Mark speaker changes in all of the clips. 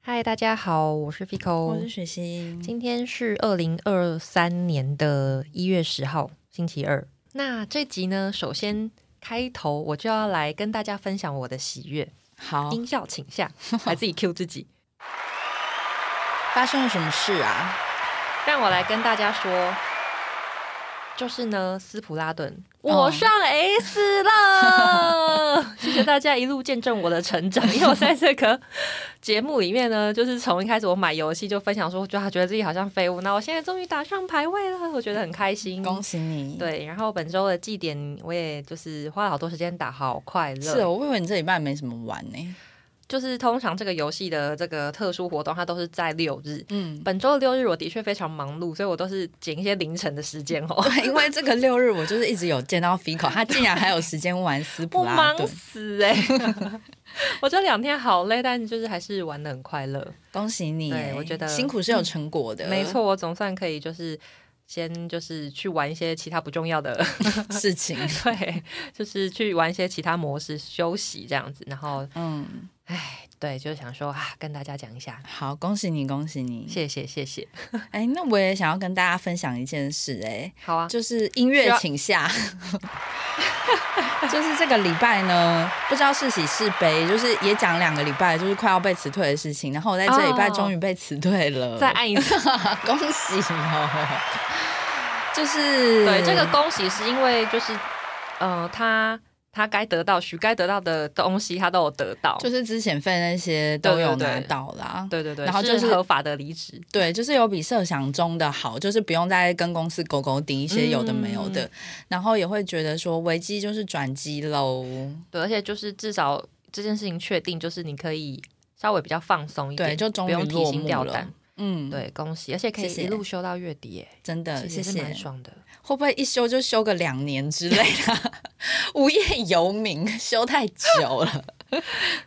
Speaker 1: 嗨，大家好，我是 Fico，
Speaker 2: 我是雪心。
Speaker 1: 今天是二零二三年的一月十号，星期二。那这集呢，首先开头我就要来跟大家分享我的喜悦，
Speaker 2: 好，
Speaker 1: 音效请下，来自己 Q 自己。
Speaker 2: 发生了什么事啊？
Speaker 1: 让我来跟大家说，就是呢，斯普拉顿，
Speaker 2: 哦
Speaker 1: 我上 S 了， 谢谢大家一路见证我的成长。因为我在这个节目里面呢，就是从一开始我买游戏就分享说，我觉得觉得自己好像废物，那我现在终于打上排位了，我觉得很开心。
Speaker 2: 恭喜你！，
Speaker 1: 对，然后本周的祭典，我也就是花了好多时间打，好快乐。
Speaker 2: 是哦，我以为你这礼拜没什么玩呢。
Speaker 1: 就是通常这个游戏的这个特殊活动，它都是在六日。
Speaker 2: 嗯，
Speaker 1: 本周的六日我的确非常忙碌，所以我都是捡一些凌晨的时间哦。
Speaker 2: 对， 因为这个六日我就是一直有见到 Fico，他竟然还有时间玩斯普
Speaker 1: 我
Speaker 2: 拉
Speaker 1: 忙
Speaker 2: 顿，
Speaker 1: 死哎、我这两天好累，但就是还是玩的很快乐。
Speaker 2: 恭喜你耶！
Speaker 1: 对我觉得
Speaker 2: 辛苦是有成果的，
Speaker 1: 没错，我总算可以就是先就是去玩一些其他不重要的，
Speaker 2: 事情。
Speaker 1: 对，就是去玩一些其他模式休息这样子。然后，
Speaker 2: 嗯，
Speaker 1: 哎，对，就是想说啊，跟大家讲一下，
Speaker 2: 好，恭喜你，恭喜你！
Speaker 1: 谢谢谢谢。
Speaker 2: 哎，那我也想要跟大家分享一件事，哎，
Speaker 1: 好啊，
Speaker 2: 就是音乐请下。 就是这个礼拜呢，不知道是喜是悲，就是也讲两个礼拜，就是快要被辞退的事情。然后我在这礼拜
Speaker 1: 哦
Speaker 2: 终于被辞退了， 啊
Speaker 1: 再按一次。
Speaker 2: 恭喜哦！就是
Speaker 1: 对，这个恭喜是因为就是，呃，他他该得到许该得到的东西，他都有得到。
Speaker 2: 就是之前费那些都有
Speaker 1: 对对对
Speaker 2: 拿到啦。
Speaker 1: 对对对，
Speaker 2: 然后
Speaker 1: 是
Speaker 2: 就是
Speaker 1: 合法的离职。
Speaker 2: 对，就是有比设想中的好，就是不用再跟公司勾勾顶一些有的没有
Speaker 1: 嗯
Speaker 2: 的，然后也会觉得说危机就是转机喽。
Speaker 1: 对，而且就是至少这件事情确定，就是你可以稍微比较放松一点，
Speaker 2: 对，就终
Speaker 1: 不
Speaker 2: 于
Speaker 1: 用提
Speaker 2: 落
Speaker 1: 心
Speaker 2: 幕
Speaker 1: 吊
Speaker 2: 了
Speaker 1: 胆。。
Speaker 2: 嗯，，
Speaker 1: 对，恭喜，而且可以
Speaker 2: 谢谢
Speaker 1: 一路修到月底耶，
Speaker 2: 真的
Speaker 1: 其
Speaker 2: 谢
Speaker 1: 实
Speaker 2: 谢
Speaker 1: 是。蛮爽的。
Speaker 2: 会不会一休就休个两年之类的？ 无业游民 休太久 了，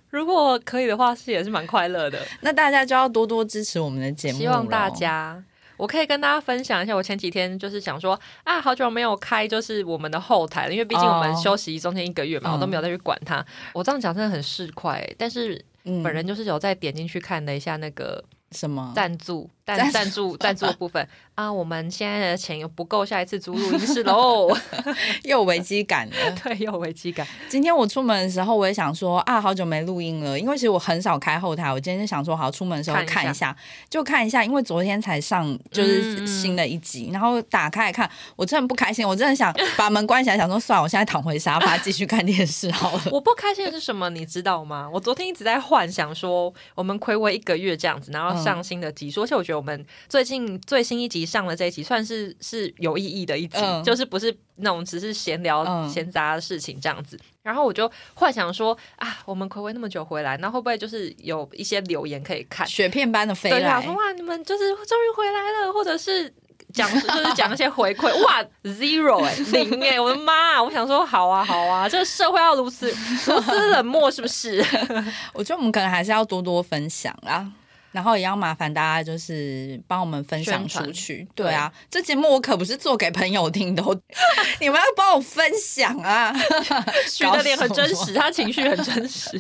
Speaker 1: 如果可以的话，是也是蛮快乐的。
Speaker 2: 那大家就要多多支持我们的节 目。
Speaker 1: 希望大。家，我可以跟大家分享一下，我前几天就是想说啊，好久没有开就是我们的后台了，因为毕竟我们
Speaker 2: 哦
Speaker 1: 休息中间一个月嘛，
Speaker 2: 嗯
Speaker 1: 我都没有再去管它。我这样讲真的很市侩、但是
Speaker 2: 嗯
Speaker 1: 本人就是有再点进去看了一下那个
Speaker 2: 什么？
Speaker 1: 赞助
Speaker 2: 哦赞
Speaker 1: 赞
Speaker 2: 助
Speaker 1: 赞 助赞助的部分啊，我们现在的钱又不够下一次租录音室 喽，
Speaker 2: 又有危机感 了。
Speaker 1: 对，有危机感。
Speaker 2: 今天我出门的时候，我也想说啊，好久没录音了，因为其实我很少开后台。我今天就想说，好，出门的时候
Speaker 1: 看一下
Speaker 2: 看一下，就看一下，因为昨天才上就是
Speaker 1: 嗯
Speaker 2: 新的一集，然后打开来看，我真的不开心，我真的想把门关起来，想说算了，我现在躺回沙 发继续看电视好了。
Speaker 1: 我不开心的是什么，你知道吗？我昨天一直在幻想说，我们暌违一个月这样子，然后上新的集
Speaker 2: 嗯
Speaker 1: 数，而且我觉得我们最近最新一集上的这一集，算是是有意义的一集，
Speaker 2: 嗯
Speaker 1: 就是不是那种只是闲聊
Speaker 2: 嗯
Speaker 1: 闲杂的事情这样子。然后我就幻想说啊，我们暌违那么久回来，那会不会就是有一些留言可以看？
Speaker 2: 雪片般的飞
Speaker 1: 对，啊想
Speaker 2: 来
Speaker 1: 说，哇，你们就是终于回来了，或者是。 讲就是讲一些回馈，哇，zero 哎、零哎、我的妈、我想说，好啊，好啊，这个社会要如 此如此冷漠，是不是？
Speaker 2: 我觉得我们可能还是要多多分享啦。然后也要麻烦大家，就是帮我们分享
Speaker 1: 宣传
Speaker 2: 出去。对啊，这节目我可不是做给朋友听的哦， 你们要帮我分享啊！
Speaker 1: 徐的脸很真实，他情绪很真实。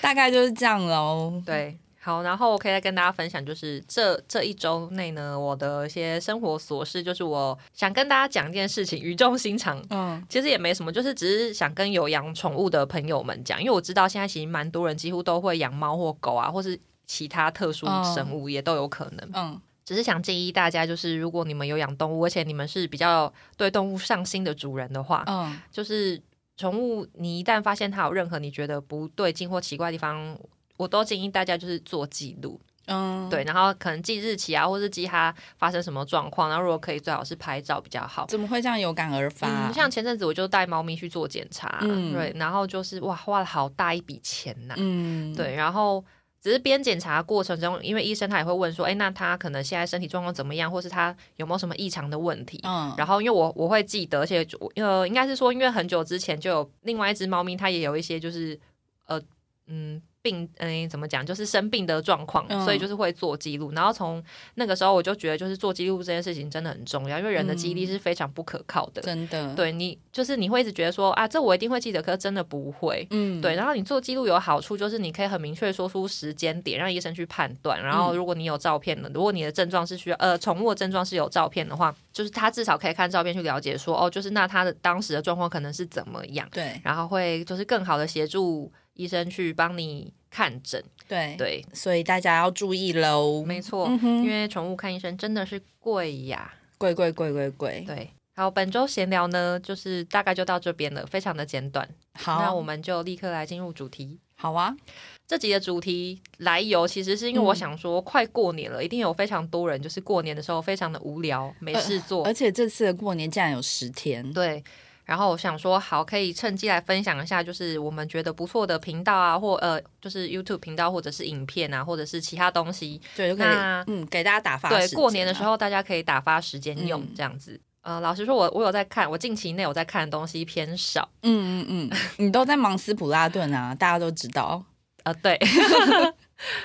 Speaker 2: 大概就是这样喽。
Speaker 1: 对，好，然后我可以再跟大家分享，就是这这一周内呢，我的一些生活琐事，就是我想跟大家讲一件事情，语重心长，
Speaker 2: 嗯，
Speaker 1: 其实也没什么，就是只是想跟有养宠物的朋友们讲，因为我知道现在其实蛮多人几乎都会养猫或狗啊，或是其他特殊生物也都有可能。
Speaker 2: 嗯
Speaker 1: 只是想建议大家，就是如果你们有养动物，而且你们是比较对动物上心的主人的话，
Speaker 2: 嗯，
Speaker 1: 就是宠物你一旦发现它有任何你觉得不对劲或奇怪的地方，我都建议大家就是做记录。
Speaker 2: 嗯，
Speaker 1: 对，，然后可能记日期啊，或是记它发生什么状况，然后如果可以，最好是拍照比较好。
Speaker 2: 怎么会这样有感而发？
Speaker 1: 嗯，像前阵子我就带猫咪去做检查，
Speaker 2: 嗯
Speaker 1: 对，然后就是哇，花了好大一笔钱呐、
Speaker 2: 嗯，
Speaker 1: 对，然后只是边检查过程中，因为医生他也会问说，哎，那他可能现在身体状况怎么样，或是他有没有什么异常的问题？
Speaker 2: 嗯，
Speaker 1: 然后，因为我我会记得，而且我呃，应该是说，因为很久之前就有另外一只猫咪，它也有一些就是呃嗯病，嗯、怎么讲，就是生病的状况，
Speaker 2: 嗯
Speaker 1: 所以就是会做记录。然后从那个时候我就觉得，就是做记录这件事情真的很重要，因为人的记
Speaker 2: 嗯
Speaker 1: 忆力是非常不可靠的。
Speaker 2: 真的，
Speaker 1: 对你，就是你会一直觉得说啊，这我一定会记得，可是真的不会。
Speaker 2: 嗯，
Speaker 1: 对，然后你做记录有好处，就是你可以很明确地说出时间点，让医生去判断。然
Speaker 2: 嗯
Speaker 1: 后，如果你有照片的，如果你的症状是需要呃宠物的症状是有照片的话，就是他至少可以看照片去了解说哦，就是那他的当时的状况可能是怎么样，
Speaker 2: 对
Speaker 1: 然后会就是更好的协助医生去帮你看诊。
Speaker 2: 对，
Speaker 1: 对，
Speaker 2: 所以大家要注意喽，
Speaker 1: 没错，
Speaker 2: 嗯哼
Speaker 1: 因为宠物看医生真的是贵呀。
Speaker 2: 贵贵贵贵贵，
Speaker 1: 对，好，本周闲聊呢，就是大概就到这边了，非常的简短。那
Speaker 2: 好，
Speaker 1: 我们就立刻来进入主题。
Speaker 2: 好啊，
Speaker 1: 这集的主题来由，其实是因为
Speaker 2: 嗯
Speaker 1: 我想说，快过年了，一定有非常多人就是过年的时候非常的无聊，没事做，
Speaker 2: 呃而且这次的过年竟然有十天，
Speaker 1: 对。然后我想说，好，可以趁机来分享一下，就是我们觉得不错的频道啊，或呃，就是 YouTube 频道，或者是影片啊，或者是其他东西。
Speaker 2: 对，就可
Speaker 1: 那
Speaker 2: 以，嗯，给大家打发
Speaker 1: 对
Speaker 2: 时，间
Speaker 1: 过年的
Speaker 2: 啊
Speaker 1: 时，候大家可以打发时间用、
Speaker 2: 嗯
Speaker 1: 这样子。呃，老实说我，我有在看，我近期内我在看的东西偏少。
Speaker 2: 嗯嗯嗯，你都在忙斯普拉顿啊，大家都知道，
Speaker 1: 啊， 对，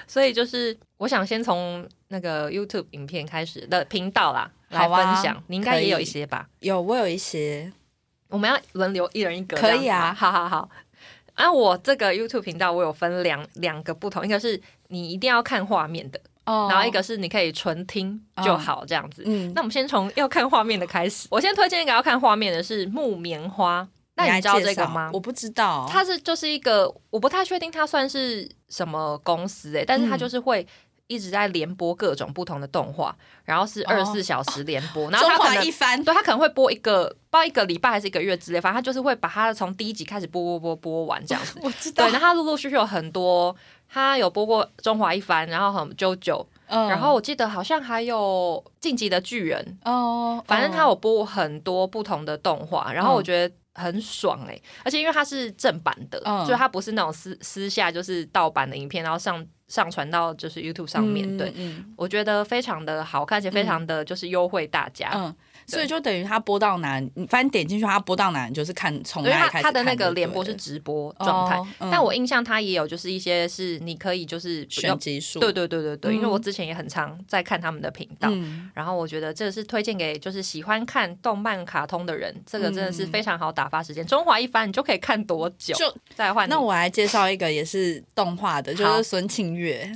Speaker 1: 所以就是我想先从那个 YouTube 影片开始的频道啦来
Speaker 2: 好啊
Speaker 1: 分享，你应该
Speaker 2: 可以
Speaker 1: 也有一些吧？
Speaker 2: 有我有一些，
Speaker 1: 我们要轮流一人一个，
Speaker 2: 可以
Speaker 1: 这样子吗
Speaker 2: 啊
Speaker 1: 好好好。啊，我这个 YouTube 频道我有分两两个不同，一个是你一定要看画面的，
Speaker 2: 哦
Speaker 1: 然后一个是你可以纯听就好这样子。
Speaker 2: 嗯
Speaker 1: 那我们先从要看画面的开始，我先推荐一个要看画面的是木棉花，那你
Speaker 2: 来
Speaker 1: 知道
Speaker 2: 介
Speaker 1: 这个
Speaker 2: 绍
Speaker 1: 吗？
Speaker 2: 我不知道，
Speaker 1: 它是就是一个，我不太确定它算是什么公司诶、但是它
Speaker 2: 嗯
Speaker 1: 就是会一直在连播各种不同的动画，然后是二十四小时连播，然后它
Speaker 2: 哦中
Speaker 1: 可
Speaker 2: 华
Speaker 1: 能
Speaker 2: 一番，。
Speaker 1: 对它可能会播一个，不知道一个礼拜还是一个月之类，反正它就是会把它从第一集开始播播播播完这样子
Speaker 2: 我知
Speaker 1: 对，
Speaker 2: 道
Speaker 1: 然，后它陆陆续续有很多，它有播过《中华一番》，然后很《JoJo》，
Speaker 2: 嗯
Speaker 1: 然后我记得好像还有《晋级的巨人》，
Speaker 2: 哦，
Speaker 1: 反正
Speaker 2: 哦
Speaker 1: 它有播很多不同的动画，然后
Speaker 2: 嗯
Speaker 1: 我觉得很爽哎、而且因为它是正版的，
Speaker 2: 嗯
Speaker 1: 所以它不是那种私私下就是盗版的影片，然后上上传到就是 YouTube 上面。
Speaker 2: 嗯
Speaker 1: 对，
Speaker 2: 嗯
Speaker 1: 我觉得非常的好看，而且非常的就是优惠大家。
Speaker 2: 嗯，所以就等于他播到哪，你反正点进去他播到哪，你就是看从
Speaker 1: 因
Speaker 2: 哪
Speaker 1: 为
Speaker 2: 里
Speaker 1: 它
Speaker 2: 开始
Speaker 1: 它的那
Speaker 2: 看就
Speaker 1: 个
Speaker 2: 对
Speaker 1: 联播是
Speaker 2: 了
Speaker 1: 直播状态，
Speaker 2: 哦嗯
Speaker 1: 但我印象它也有就是一些是你可以就是不
Speaker 2: 选集数，
Speaker 1: 对对对对对，
Speaker 2: 嗯
Speaker 1: 因为我之前也很常在看他们的频道，
Speaker 2: 嗯，
Speaker 1: 然后我觉得这是推荐给就是喜欢看动漫卡通的人，这个真的是非常好打发时间。中华一番你就可以看多久？
Speaker 2: 就
Speaker 1: 再换你
Speaker 2: 那我来介绍一个也是动画的，就
Speaker 1: 好
Speaker 2: 是孙庆月，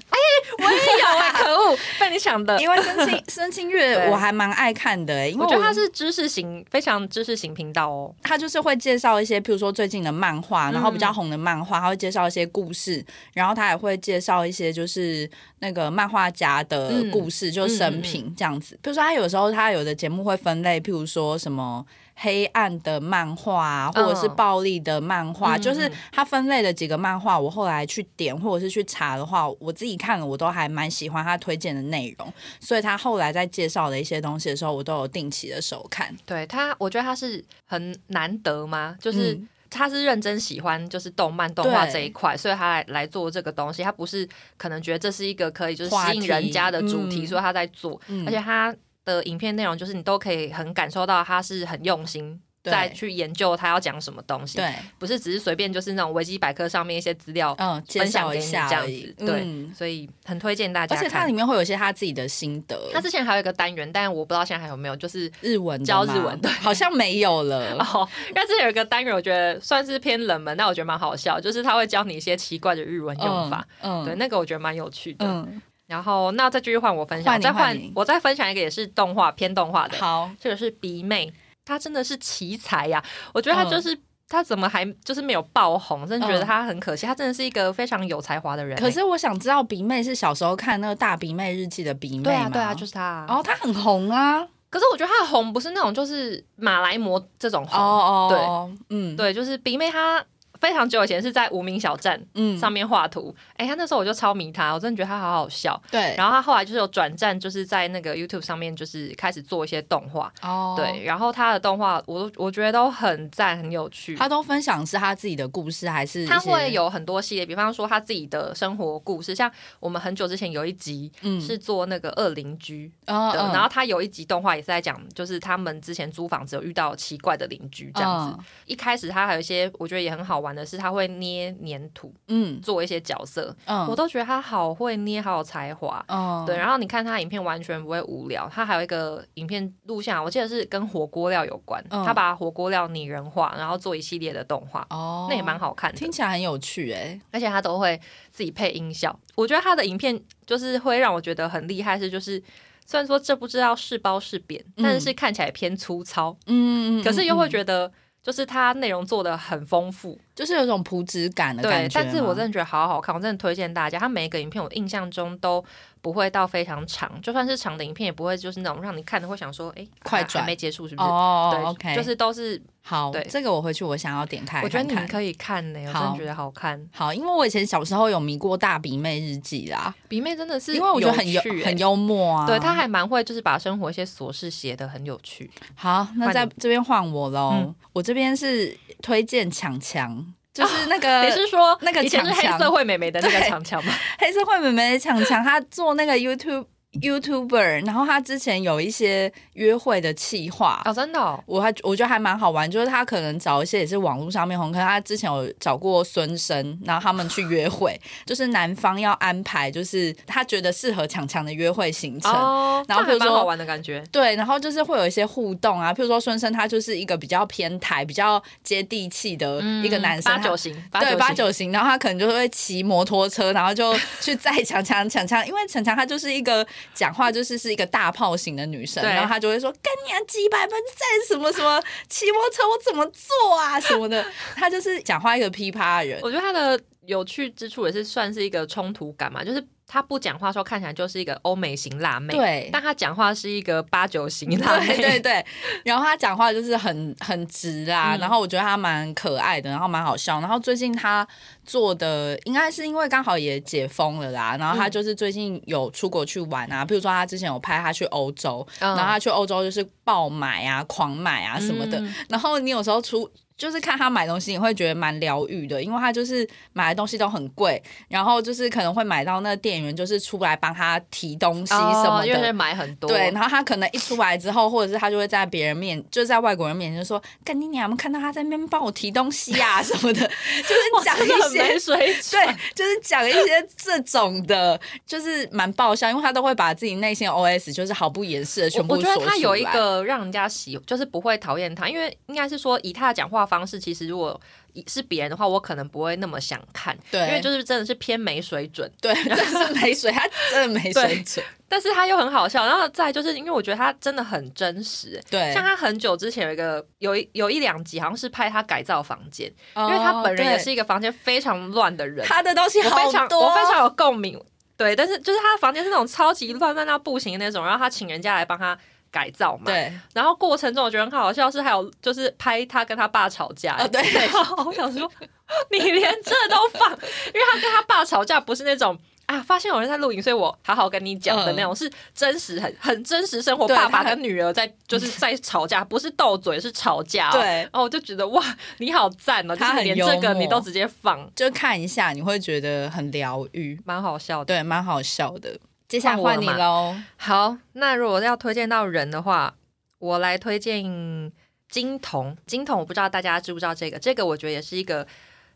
Speaker 1: 我也有 哎、可恶，被你抢的。
Speaker 2: 因为孙 庆孙庆
Speaker 1: 对
Speaker 2: 月我还蛮爱看的、欸因为
Speaker 1: 我觉得它是知识型，非常知识型频道哦。
Speaker 2: 他就是会介绍一些，譬如说最近的漫画，然后
Speaker 1: 嗯
Speaker 2: 比较红的漫画，他会介绍一些故事，然后他也会介绍一些就是那个漫画家的
Speaker 1: 嗯
Speaker 2: 故事，就生平这样子。比如说他有时候他有的节目会分类，譬如说什么。黑暗的漫画啊，或者是
Speaker 1: 嗯
Speaker 2: 暴力的漫画，
Speaker 1: 嗯
Speaker 2: 就是他分类的几个漫画，我后来去点或者是去查的话，我自己看了，我都还蛮喜欢他推荐的内容，所以他后来在介绍的一些东西的时候，我都有定期的收看。
Speaker 1: 对它，我觉得它是很难得吗？就是
Speaker 2: 嗯
Speaker 1: 他是认真喜欢就是动漫动画
Speaker 2: 对
Speaker 1: 这一块，所以他来来做这个东西。他不是可能觉得这是一个可以就是
Speaker 2: 话
Speaker 1: 吸引人
Speaker 2: 题
Speaker 1: 家的主题，
Speaker 2: 嗯
Speaker 1: 所以他在做。
Speaker 2: 嗯
Speaker 1: 而且他的影片内容就是你都可以很感受到他是很用心。
Speaker 2: 对
Speaker 1: 再去研究他要讲什么东西，
Speaker 2: 对，
Speaker 1: 不是只是随便就是那种维基百科上面一些资料，
Speaker 2: 嗯，介
Speaker 1: 哦分享
Speaker 2: 绍
Speaker 1: 给
Speaker 2: 一
Speaker 1: 你
Speaker 2: 下
Speaker 1: 这样
Speaker 2: 而已
Speaker 1: 子对
Speaker 2: 嗯
Speaker 1: 所以很推荐大家
Speaker 2: 而
Speaker 1: 看。
Speaker 2: 且它里面会有一些他自己的心得，
Speaker 1: 他之前还有一个单元，但我不知道现在还有没有，就是
Speaker 2: 日文的
Speaker 1: 教日
Speaker 2: 吗
Speaker 1: 文对
Speaker 2: 好像没有了。
Speaker 1: 哦，那之前有一个单元，我觉得算是偏冷门，但我觉得蛮好笑，就是他会教你一些奇怪的日文用法，
Speaker 2: 嗯，嗯
Speaker 1: 对，那个我觉得蛮有趣的。
Speaker 2: 嗯，
Speaker 1: 然后那再继续换我分享，
Speaker 2: 换你
Speaker 1: 再
Speaker 2: 换
Speaker 1: 换
Speaker 2: 你
Speaker 1: 我再分享一个也是动画偏动画的，
Speaker 2: 好，
Speaker 1: 这个是鼻妹，她真的是奇才呀、我觉得她就是。她怎么还就是没有爆红？真的觉得
Speaker 2: 嗯
Speaker 1: 她很可惜。她真的是一个非常有才华的人欸、
Speaker 2: 可是我想知道鼻妹是小时候看那个《大鼻妹日记》的鼻妹
Speaker 1: 对
Speaker 2: 吗？
Speaker 1: 啊，对啊，就是她啊、
Speaker 2: 哦，她很红啊。
Speaker 1: 可是我觉得她的红不是那种就是马来模这种
Speaker 2: 哦
Speaker 1: 红，
Speaker 2: 哦，对，嗯，，
Speaker 1: 对，就是鼻妹她非常久以前是在无名小站
Speaker 2: 嗯，
Speaker 1: 上面画图，哎、她那时候我就超迷她，我真的觉得她好好笑。
Speaker 2: 对，
Speaker 1: 然后她后来就是有转战，就是在那个 YouTube 上面，就是开始做一些动画。
Speaker 2: 哦，
Speaker 1: 对，，然后她的动画我都我觉得都很赞，很有趣。
Speaker 2: 她都分享是她自己的故事还是一
Speaker 1: 他
Speaker 2: 些
Speaker 1: 会有很多系列，比方说他自己的生活故事，像我们很久之前有一集
Speaker 2: 嗯
Speaker 1: 是做那个恶邻居
Speaker 2: 嗯
Speaker 1: 的，
Speaker 2: 嗯
Speaker 1: 然后他有一集动画也是在讲，就是他们之前租房子有遇到奇怪的邻居这样子。
Speaker 2: 嗯
Speaker 1: 一开始他还有一些我觉得也很好玩玩的是他会捏粘土，
Speaker 2: 嗯
Speaker 1: 做一些角色，
Speaker 2: 嗯，
Speaker 1: 我都觉得他好会捏，好有才华。
Speaker 2: 嗯
Speaker 1: 对，然后你看他影片完全不会无聊，他还有一个影片录像，我记得是跟火锅料有关，
Speaker 2: 嗯
Speaker 1: 他把火锅料拟人化，然后做一系列的动画，
Speaker 2: 哦，
Speaker 1: 那也蛮好看的
Speaker 2: 听。起来很有趣哎，
Speaker 1: 而且他都会自己配音效。我觉得他的影片就是会让我觉得很厉害，是就是虽然说这不知道是褒是贬，
Speaker 2: 嗯
Speaker 1: 但是看起来偏粗糙，
Speaker 2: 嗯，嗯
Speaker 1: 可是又会
Speaker 2: 得
Speaker 1: 觉得就是它内容做的很丰富，
Speaker 2: 就是有种朴质感的
Speaker 1: 对
Speaker 2: 感。觉吗。
Speaker 1: 但是我真的觉得好好看，我真的推荐大家。它每一个影片我印象中都不会到非常长，就算是长的影片也不会就是那种让你看的会想说，哎，
Speaker 2: 快
Speaker 1: 还
Speaker 2: 转
Speaker 1: 还没结束是不是？
Speaker 2: 哦
Speaker 1: 对
Speaker 2: ，OK，
Speaker 1: 就是都是，
Speaker 2: 好
Speaker 1: 对，
Speaker 2: 这个我回去我想要点开
Speaker 1: 我觉得
Speaker 2: 看
Speaker 1: 你们
Speaker 2: 看。
Speaker 1: 可以看呢、我真
Speaker 2: 好
Speaker 1: 的觉得好看。
Speaker 2: 好，因为我以前小时候有迷过《大鼻妹日记》啦，
Speaker 1: 比妹真的是
Speaker 2: 因为我觉得很
Speaker 1: 有
Speaker 2: 幽
Speaker 1: 趣欸
Speaker 2: 很幽默啊。
Speaker 1: 对，他还蛮会，就是把生活一些琐事写得很有趣。
Speaker 2: 好，那
Speaker 1: 换
Speaker 2: 在
Speaker 1: 你
Speaker 2: 这边换我喽。
Speaker 1: 嗯
Speaker 2: 我这边是推荐强强，就是那个、
Speaker 1: 哦你是说
Speaker 2: 呃那个
Speaker 1: 以前是黑
Speaker 2: 强强
Speaker 1: 社会美眉的那个
Speaker 2: 对
Speaker 1: 强 强吗？
Speaker 2: 黑社会妹妹的强强，她做那个 YouTube YouTuber，然后她之前有一些约会的企划。
Speaker 1: 哦，真的哦，
Speaker 2: 我还我觉得还蛮好玩，就是她可能找一些也是网络上面红，可能她之前有找过孙生，然后他们去约会，就是男方要安排，就是他觉得适合强强的约会行程，
Speaker 1: 哦，
Speaker 2: 然后
Speaker 1: 这
Speaker 2: 比如
Speaker 1: 样还蛮好
Speaker 2: 说
Speaker 1: 玩的感觉。
Speaker 2: 对，然后就是会有一些互动啊，譬如说孙生他就是一个比较偏台、比较接地气的一个男生，
Speaker 1: 嗯八
Speaker 2: 他
Speaker 1: 九型，
Speaker 2: 对
Speaker 1: 型
Speaker 2: 嗯八，九型，然后他可能就会骑摩托车，然 后就去载强强强强，因为强强她就是一个讲话就是是一个大炮型的女生，
Speaker 1: 对
Speaker 2: 然后她就会说干你啊几百分载什么什么骑摩托车我怎么坐啊什么的，她就是讲话一个噼啪的人，
Speaker 1: 我觉得他的有趣之处也是算是一个冲突感嘛，就是他不讲话的时候看起来就是一个欧美型辣妹，
Speaker 2: 对
Speaker 1: 但他讲话是一个八九型 辣妹，
Speaker 2: 对对对，然后他讲话就是很很直啦，
Speaker 1: 嗯
Speaker 2: 然后我觉得他蛮可爱的，然后蛮好笑，然后最近他做的应该是因为刚好也解封了啦，然后他
Speaker 1: 嗯
Speaker 2: 就是最近有出国去玩啊，譬如说他之前有拍他去欧洲，
Speaker 1: 嗯
Speaker 2: 然后他去欧洲就是爆买啊、狂买啊什么的，
Speaker 1: 嗯
Speaker 2: 然后你有时候出就是看他买东西，你会觉得蛮疗愈的，因为他就是买的东西都很贵，然后就是可能会买到那个店员就是出来帮他提东西什么
Speaker 1: 哦，因
Speaker 2: 的，
Speaker 1: 为是买很多，
Speaker 2: 对，然后他可能一出来之后，或者是他就会在别人面，就在外国人面前就说：“干你娘！有没有看到他在那边帮我提东西啊什么的， 就是讲
Speaker 1: 真的
Speaker 2: 一
Speaker 1: 很
Speaker 2: 些
Speaker 1: 没。”水 准，
Speaker 2: 对，就是讲一些这种的，就是蛮爆笑，因为他都会把自己内心的 OS 就是毫不掩饰的全
Speaker 1: 我
Speaker 2: 部
Speaker 1: 我觉
Speaker 2: 说
Speaker 1: 得他
Speaker 2: 出
Speaker 1: 有一
Speaker 2: 来
Speaker 1: 个让人家喜，就是不会讨厌他，因为应该是说以他的讲话方式，其实如果以是别人的话，我可能不会那么想看，
Speaker 2: 对，
Speaker 1: 因为就是真的是偏没水准。
Speaker 2: 对，真的是没水，他真的没水准，
Speaker 1: 但是他又很好笑，然后再来就是因为我觉得他真的很真实。欸
Speaker 2: 对，
Speaker 1: 像他很久之前有一个有一有一两集好像是拍他改造房间，因为他本人也
Speaker 2: 哦
Speaker 1: 是一个房间非常乱的
Speaker 2: 对
Speaker 1: 人，
Speaker 2: 他的东西
Speaker 1: 我非
Speaker 2: 好
Speaker 1: 常
Speaker 2: 多，
Speaker 1: 我非常有共鸣。对，但是就是他的房间是那种超级乱乱到不行的那种，然后他请人家来帮他改造嘛。
Speaker 2: 对，
Speaker 1: 然后过程中我觉得很好笑，是还有就是拍他跟他爸吵架，
Speaker 2: 哦对
Speaker 1: 然后我想说 你连这都放，因为他跟他爸吵架不是那种。啊！发现有人在录影，所以我好好跟你讲的那种、是真实，很很真实生活。
Speaker 2: 嗯对
Speaker 1: 爸爸
Speaker 2: 他
Speaker 1: 跟女儿在 就是在吵架，不是斗嘴，是吵架、哦。
Speaker 2: 对
Speaker 1: 然后我就觉得哇，你好赞哦！就
Speaker 2: 他
Speaker 1: 是
Speaker 2: 很
Speaker 1: 连这
Speaker 2: 幽
Speaker 1: 个
Speaker 2: 默
Speaker 1: 你都直接放，
Speaker 2: 就看一下你会觉得很疗愈，
Speaker 1: 蛮好笑的。
Speaker 2: 对，蛮好笑的。接下来
Speaker 1: 换我
Speaker 2: 换你
Speaker 1: 嘛
Speaker 2: 喽。
Speaker 1: 好，那如果要推荐到人的话，我来推荐金童。金童，我不知道大家知不知道这个？这个我觉得也是一个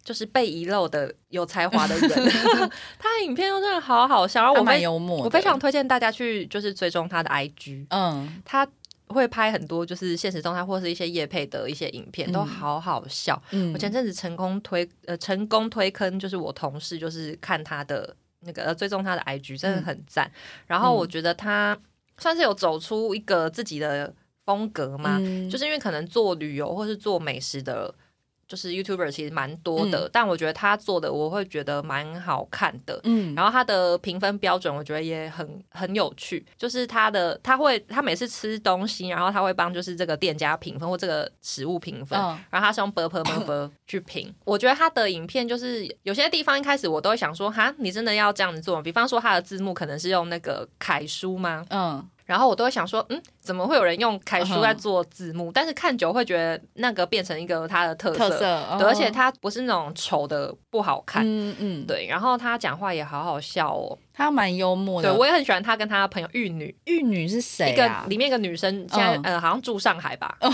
Speaker 1: 就是被遗漏的有才华 的人。 他的影片都真的好好笑，然后
Speaker 2: 他
Speaker 1: 我
Speaker 2: 蛮
Speaker 1: 非
Speaker 2: 幽默的，
Speaker 1: 我非常推荐大家去就是追踪他的 IG，
Speaker 2: 嗯，
Speaker 1: 他会拍很多就是现实动态或是一些夜配的一些影片，都
Speaker 2: 嗯
Speaker 1: 好好笑。
Speaker 2: 嗯
Speaker 1: 我前阵子成功推呃成功推坑，就是我同事就是看他的那个呃追踪他的 IG，真的
Speaker 2: 嗯
Speaker 1: 很赞。然后我觉得他算是有走出一个自己的风格嘛，
Speaker 2: 嗯
Speaker 1: 就是因为可能做旅游或是做美食的。就是 YouTuber 其实蛮多的，但我觉得他做的我会觉得蛮好看的，
Speaker 2: 嗯，
Speaker 1: 然后他的评分标准，我觉得也很很有趣，就是他的他会他每次吃东西，然后他会帮就是这个店家评分或这个食物评分，
Speaker 2: 嗯
Speaker 1: 然后他是用 burp burp burp 去评。我觉得他的影片就是有些地方一开始我都会想说，哈，你真的要这样子做吗？比方说他的字幕可能是用那个楷书吗？
Speaker 2: 嗯，
Speaker 1: 然后我都会想说，嗯，怎么会有人用楷
Speaker 2: 嗯
Speaker 1: 书
Speaker 2: 哼
Speaker 1: 在做字幕？但是看久会觉得那个变成一个他的特色，
Speaker 2: 特色，
Speaker 1: 对，
Speaker 2: 哦
Speaker 1: 而且他不是那种丑的不好看。
Speaker 2: 嗯嗯，，
Speaker 1: 对，然后他讲话也好好笑哦。
Speaker 2: 他蛮幽默
Speaker 1: 对，
Speaker 2: 的。
Speaker 1: 我也很喜欢他跟他的朋友玉女，
Speaker 2: 玉女是
Speaker 1: 一
Speaker 2: 谁
Speaker 1: 个
Speaker 2: 啊？
Speaker 1: 里面一个女生，现在、
Speaker 2: 嗯
Speaker 1: 呃好像住上海吧，
Speaker 2: 哦，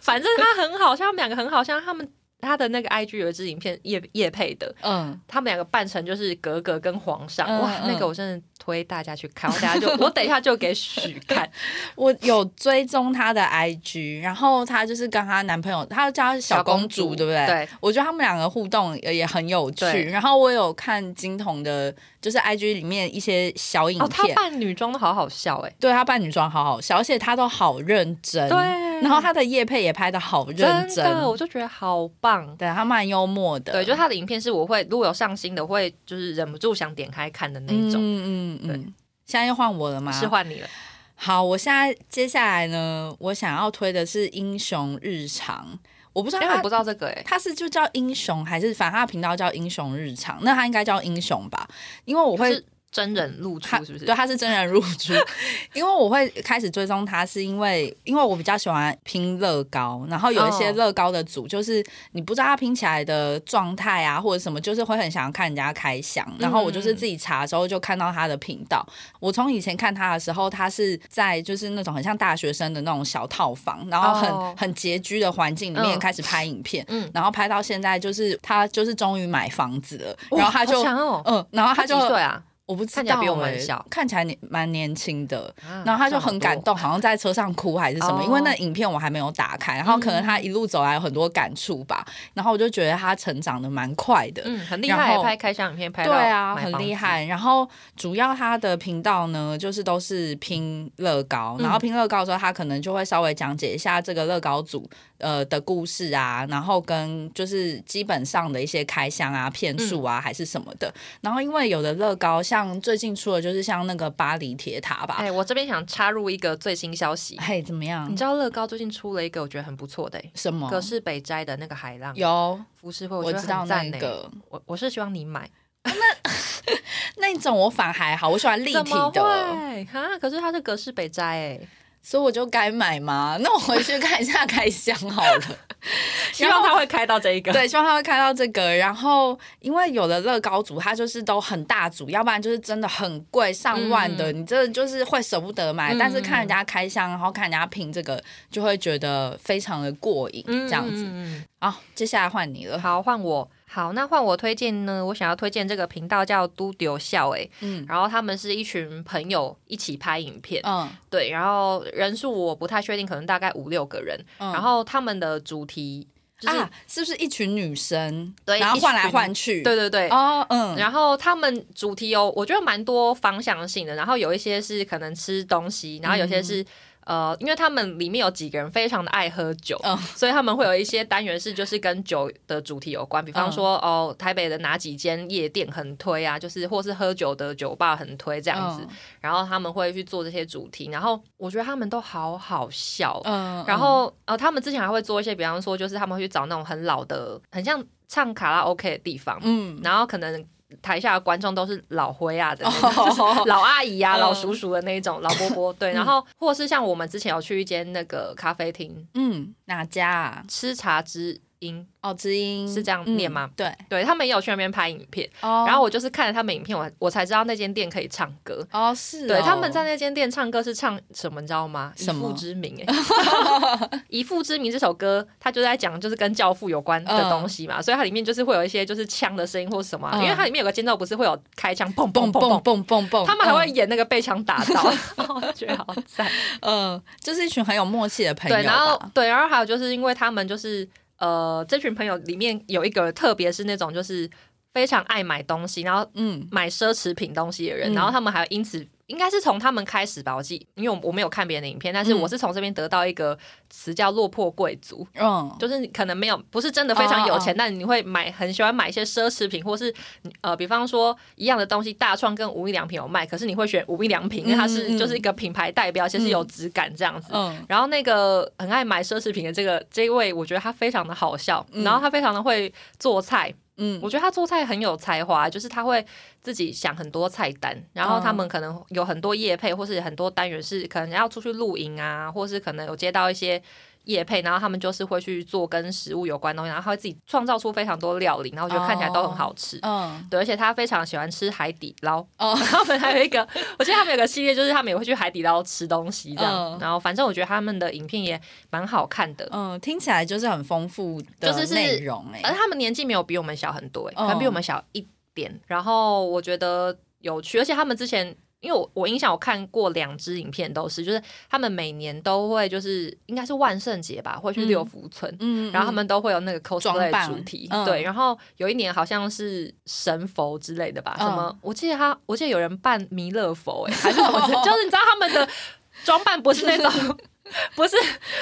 Speaker 1: 反正她很好笑，他们两个很好笑，他们他的那个 IG 有一支影片叶叶配的，
Speaker 2: 嗯，
Speaker 1: 他们两个扮成就是格格跟皇上，
Speaker 2: 嗯
Speaker 1: 哇，
Speaker 2: 嗯
Speaker 1: 那个我真的推大家去看，我等一下 就我等一下就给许看，
Speaker 2: 我有追踪她的 IG，然后她就是跟她男朋友，她叫她 小公主，对不对？
Speaker 1: 对，
Speaker 2: 我觉得他们两个互动也也很有趣
Speaker 1: 对。
Speaker 2: 然后我有看金童的，就是 IG 里面一些小影
Speaker 1: 哦，他
Speaker 2: 片，
Speaker 1: 扮女装都好好笑哎、
Speaker 2: 对她扮女装好好笑，而且她都好认真。
Speaker 1: 对，
Speaker 2: 然后她的叶配也拍的好认真，
Speaker 1: 真的，我就觉得好棒。
Speaker 2: 对她蛮幽默的。
Speaker 1: 对，就他的影片是我会如果有上新的，我会就是忍不住想点开看的那一种。
Speaker 2: 嗯嗯啊
Speaker 1: 对
Speaker 2: 嗯。现在又换我了吗？
Speaker 1: 是换你了，
Speaker 2: 好，我现在接下来呢，我想要推的是《英雄日常》，我不知道
Speaker 1: 因为我
Speaker 2: 它
Speaker 1: 不知道这个哎、
Speaker 2: 它是就叫英雄，还是反正它的频道叫英雄日常，那它应该叫英雄吧？因为我会
Speaker 1: 是真人露
Speaker 2: 他
Speaker 1: 出是不是？
Speaker 2: 对，他是真人入住， 因为我会开始追踪他，是因为因为我比较喜欢拼乐高，然后有一些
Speaker 1: 哦
Speaker 2: 乐高的组，就是你不知道他拼起来的状态啊，或者什么，就是会很想要看人家开箱。然后我
Speaker 1: 嗯
Speaker 2: 就是自己查的时候就看到他的频道，我从以前看他的时候，他是在就是那种很像大学生的那种小套房，然后很、
Speaker 1: 哦
Speaker 2: 很拮据的环境里面
Speaker 1: 嗯
Speaker 2: 开始拍影片，
Speaker 1: 嗯
Speaker 2: 然后拍到现在就是他就是终于买房子了，
Speaker 1: 哇
Speaker 2: 然后他就
Speaker 1: 好。强哦，
Speaker 2: 嗯，然后
Speaker 1: 他
Speaker 2: 他
Speaker 1: 几
Speaker 2: 就
Speaker 1: 岁啊？
Speaker 2: 我不知道、欸，
Speaker 1: 看起来比我们小
Speaker 2: 看起来年蛮年轻的。
Speaker 1: 啊
Speaker 2: 然后他就很感，
Speaker 1: 差
Speaker 2: 动，好像在车上哭还是什么，
Speaker 1: 哦嗯
Speaker 2: 因为那影片我还没有打开，然后可能他一路走来有很多感触吧，然后我就觉得他成长的蛮快的
Speaker 1: 不，多嗯，很厉害
Speaker 2: 然，后
Speaker 1: 拍开箱影片拍
Speaker 2: 对
Speaker 1: 到
Speaker 2: 啊，
Speaker 1: 买
Speaker 2: 很
Speaker 1: 房
Speaker 2: 厉
Speaker 1: 子，
Speaker 2: 害。然后主要他的频道呢，就是都是拼乐高，然
Speaker 1: 嗯
Speaker 2: 后拼乐高的时候，他可能就会稍微讲解一下这个乐高组呃的故事啊，然后跟就是基本上的一些开箱啊、片
Speaker 1: 嗯
Speaker 2: 数啊、还是什么的。然后因为有的乐高像最近出的就是像那个巴黎铁塔吧，
Speaker 1: 哎，我这边想插入一个最新消息，
Speaker 2: 嘿，怎么样
Speaker 1: 哎你？知道乐高最近出了一个我觉得很不错的、欸，
Speaker 2: 哎什么？
Speaker 1: 格式北斋的那个海浪
Speaker 2: 有，
Speaker 1: 浮世绘，
Speaker 2: 我
Speaker 1: 觉得
Speaker 2: 知道
Speaker 1: 很赞
Speaker 2: 那
Speaker 1: 欸
Speaker 2: 个
Speaker 1: 我我是希望你买
Speaker 2: 那种我反还好，我喜欢立
Speaker 1: 怎
Speaker 2: 体
Speaker 1: 么
Speaker 2: 的，
Speaker 1: 会哈？可是它是格式北斋哎、
Speaker 2: 所以我就该买嘛。那我回去看一下开箱好了。
Speaker 1: 希望它会开到这一个。
Speaker 2: 对，希望他会看到这个。然后，因为有的乐高组它就是都很大组，要不然就是真的很贵，上万的，你真的就是会舍不得买。
Speaker 1: 嗯
Speaker 2: 但是看人家开箱，然后看人家拼这个，就会觉得非常的过瘾，这样子。
Speaker 1: 嗯嗯嗯
Speaker 2: 好、接下来换你了。
Speaker 1: 好，换我。好，那换我推荐呢？我想要推荐这个频道叫都丢笑哎、
Speaker 2: 嗯
Speaker 1: 然后他们是一群朋友一起拍影片，
Speaker 2: 嗯
Speaker 1: 对，然后人数我不太确定，可能大概五六个人。
Speaker 2: 嗯
Speaker 1: 然后他们的主题就是，
Speaker 2: 啊，是不是一群女生，
Speaker 1: 对
Speaker 2: 然后换
Speaker 1: 一
Speaker 2: 来
Speaker 1: 群
Speaker 2: 换去？
Speaker 1: 对对对。
Speaker 2: 哦，嗯，
Speaker 1: 然后他们主题有，我觉得蛮多方向性的。然后有一些是可能吃东西，然后有些是、
Speaker 2: 嗯
Speaker 1: 呃，因为他们里面有几个人非常的爱喝酒，
Speaker 2: 嗯
Speaker 1: 所以他们会有一些单元是就是跟酒的主题有关，比
Speaker 2: 嗯
Speaker 1: 方说、哦，台北的哪几间夜店很推啊，就是或是喝酒的酒吧很推这样子。
Speaker 2: 嗯
Speaker 1: 然后他们会去做这些主题，然后我觉得他们都好好笑。
Speaker 2: 嗯，嗯，
Speaker 1: 然后呃，他们之前还会做一些，比方说就是他们会去找那种很老的，很像唱卡拉 OK 的地方，
Speaker 2: 嗯，
Speaker 1: 然后可能台下的观众都是老灰啊的那种。
Speaker 2: 哦，
Speaker 1: 老阿姨啊，
Speaker 2: 嗯
Speaker 1: 老叔叔的那一种，老伯 伯对，然后或是像我们之前有去一间那个咖啡厅
Speaker 2: 嗯，哪家啊？
Speaker 1: 吃茶之音，
Speaker 2: 哦，知音
Speaker 1: 是这样念吗？
Speaker 2: 嗯对，
Speaker 1: 对他们也有去那边拍影片，
Speaker 2: 哦，
Speaker 1: 然后我就是看了他们影片，我我才知道那间店可以唱歌，
Speaker 2: 哦是哦，
Speaker 1: 对，他们在那间店唱歌是唱什么，你知道吗？以
Speaker 2: 什么
Speaker 1: 父之名、欸， 以父之名这首歌，它就在讲就是跟教父有关的东西嘛，所以它里面就是会有一些就是枪的声音或是什么啊、
Speaker 2: 嗯
Speaker 1: 因为它里面有个间奏不是会有开枪砰砰砰
Speaker 2: 蹦蹦
Speaker 1: 砰，
Speaker 2: 蹦蹦蹦，
Speaker 1: 他们还
Speaker 2: 嗯
Speaker 1: 会演那个被枪打 到，我觉得好赞。
Speaker 2: 呃，就是一群很有默契的朋友
Speaker 1: 嗯
Speaker 2: 吧。
Speaker 1: 对，然后对，然后还有就是因为他们就是呃，这群朋友里面有一个，特别是那种就是非常爱买东西，然后
Speaker 2: 嗯
Speaker 1: 买奢侈品东西的人，
Speaker 2: 嗯
Speaker 1: 然后他们还因此应该是从他们开始吧，我记，因为我我没有看别人的影片，但是
Speaker 2: 嗯
Speaker 1: 我是从这边得到一个词叫落魄贵族。
Speaker 2: 嗯，
Speaker 1: 就是你可能没有，不是真的非常有钱
Speaker 2: 哦
Speaker 1: 但你会买很喜欢买一些奢侈品，或是呃，比方说一样的东西，大创跟无印良品有卖，可是你会选无印良品，因为它
Speaker 2: 嗯
Speaker 1: 是
Speaker 2: 嗯
Speaker 1: 就是一个品牌代表，而且是有质感这样子。
Speaker 2: 嗯
Speaker 1: 然后那个很爱买奢侈品的这个这一位，我觉得他非常的好笑，
Speaker 2: 嗯
Speaker 1: 然后他非常的会做菜，
Speaker 2: 嗯
Speaker 1: 我觉得他做菜很有才华，就是他会自己想很多菜单，然后他们
Speaker 2: 嗯
Speaker 1: 可能有很多业配，或是很多单元是可能要出去露营啊，或是可能有接到一些业配，然后他们就是会去做跟食物有关的东西，然后他会自己创造出非常多料理，然后我觉得看起来都
Speaker 2: 哦
Speaker 1: 很好吃。
Speaker 2: 嗯，
Speaker 1: 对，而且他非常喜欢吃海底捞，
Speaker 2: 哦
Speaker 1: 然 后他们还有一个，我记得他们有个系列，就是他们也会去海底捞吃东西这样。
Speaker 2: 嗯
Speaker 1: 然后反正我觉得他们的影片也蛮好看的，
Speaker 2: 嗯，听起来就是很丰富的
Speaker 1: 就是是
Speaker 2: 内容哎、
Speaker 1: 而他们年纪没有比我们小很多、欸，可能
Speaker 2: 嗯
Speaker 1: 比我们小一点。然后我觉得有趣，而且他们之前。因为我我印象我看过两支影片，都是就是他们每年都会就是应该是万圣节吧，会去六福村，
Speaker 2: 嗯
Speaker 1: 然后他们都会有那个
Speaker 2: 装
Speaker 1: cosplay
Speaker 2: 扮
Speaker 1: 主题，
Speaker 2: 嗯
Speaker 1: 对。然后有一年好像是神佛之类的吧，
Speaker 2: 嗯
Speaker 1: 什么我记得他，我记得有人扮弥勒佛、欸，哎，还是 什么的，就是你知道他们的装扮不是那种， 不是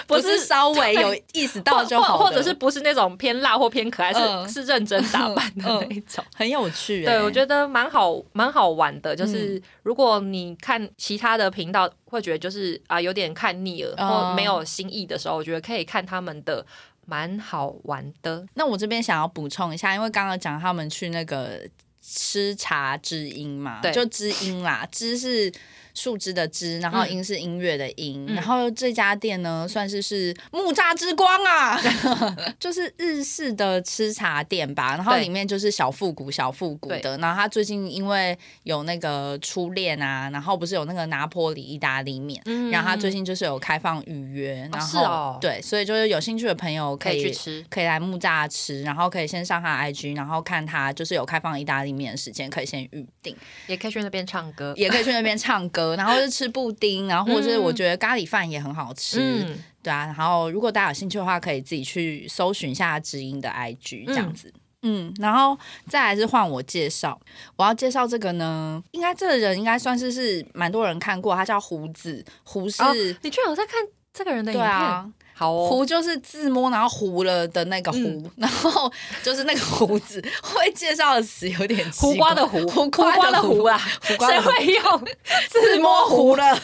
Speaker 2: 不
Speaker 1: 不
Speaker 2: 是
Speaker 1: 是
Speaker 2: 稍 微有意识到就好
Speaker 1: 或或，
Speaker 2: 的
Speaker 1: 或者是不是那种偏辣或偏可爱，是、
Speaker 2: 嗯
Speaker 1: 是认真打扮的那一种。
Speaker 2: 很有趣、欸。
Speaker 1: 对，我觉得蛮好，蛮好玩的。就是如果你看其他的频道，会觉得就是啊有点看腻了，
Speaker 2: 哦
Speaker 1: 或没有新意的时候，我觉得可以看他们的，蛮好玩的。
Speaker 2: 那我这边想要补充一下，因为刚刚讲他们去那个吃茶之音嘛，
Speaker 1: 对
Speaker 2: 就知音啦，知是树枝的枝，然后音是音乐的音，
Speaker 1: 嗯
Speaker 2: 然后这家店呢算是是木栅之光啊， 就是日式的吃茶店吧，然后
Speaker 1: 对
Speaker 2: 里面就是小复古小复古的，然后他最近因为有那个初恋啊，然后不是有那个拿坡里意大利面。
Speaker 1: 嗯
Speaker 2: 然后他最近就是有开放预约，然后、
Speaker 1: 是哦
Speaker 2: 对，所以就是有兴趣的朋友
Speaker 1: 可以去吃。
Speaker 2: 可以来木栅吃，然后可以先上他的 IG，然后看他就是有开放意大利面的时间，可以先预定，
Speaker 1: 也可以去那边唱歌。
Speaker 2: 也可以去那边唱歌，然后是吃布丁，然后或者是
Speaker 1: 嗯
Speaker 2: 我觉得咖喱饭也很好吃，
Speaker 1: 嗯，
Speaker 2: 对啊。然后如果大家有兴趣的话，可以自己去搜寻一下知音的 IG 这样子。嗯然后再来是换我介绍，我要介绍这个呢，应该这个人应该算是是蛮多人看过，他叫胡子，胡是、
Speaker 1: 哦你居然有在看这个人的影
Speaker 2: 对
Speaker 1: 片？
Speaker 2: 啊，
Speaker 1: 好哦，嗯
Speaker 2: 糊就是自摸然后糊了的那个糊， 然后就是那个胡子会介绍的词有点奇怪
Speaker 1: 胡瓜的胡，
Speaker 2: 胡
Speaker 1: 瓜
Speaker 2: 瓜的
Speaker 1: 的胡
Speaker 2: 胡
Speaker 1: 啊，
Speaker 2: 瓜的
Speaker 1: 谁
Speaker 2: 胡
Speaker 1: 会用
Speaker 2: 自摸糊了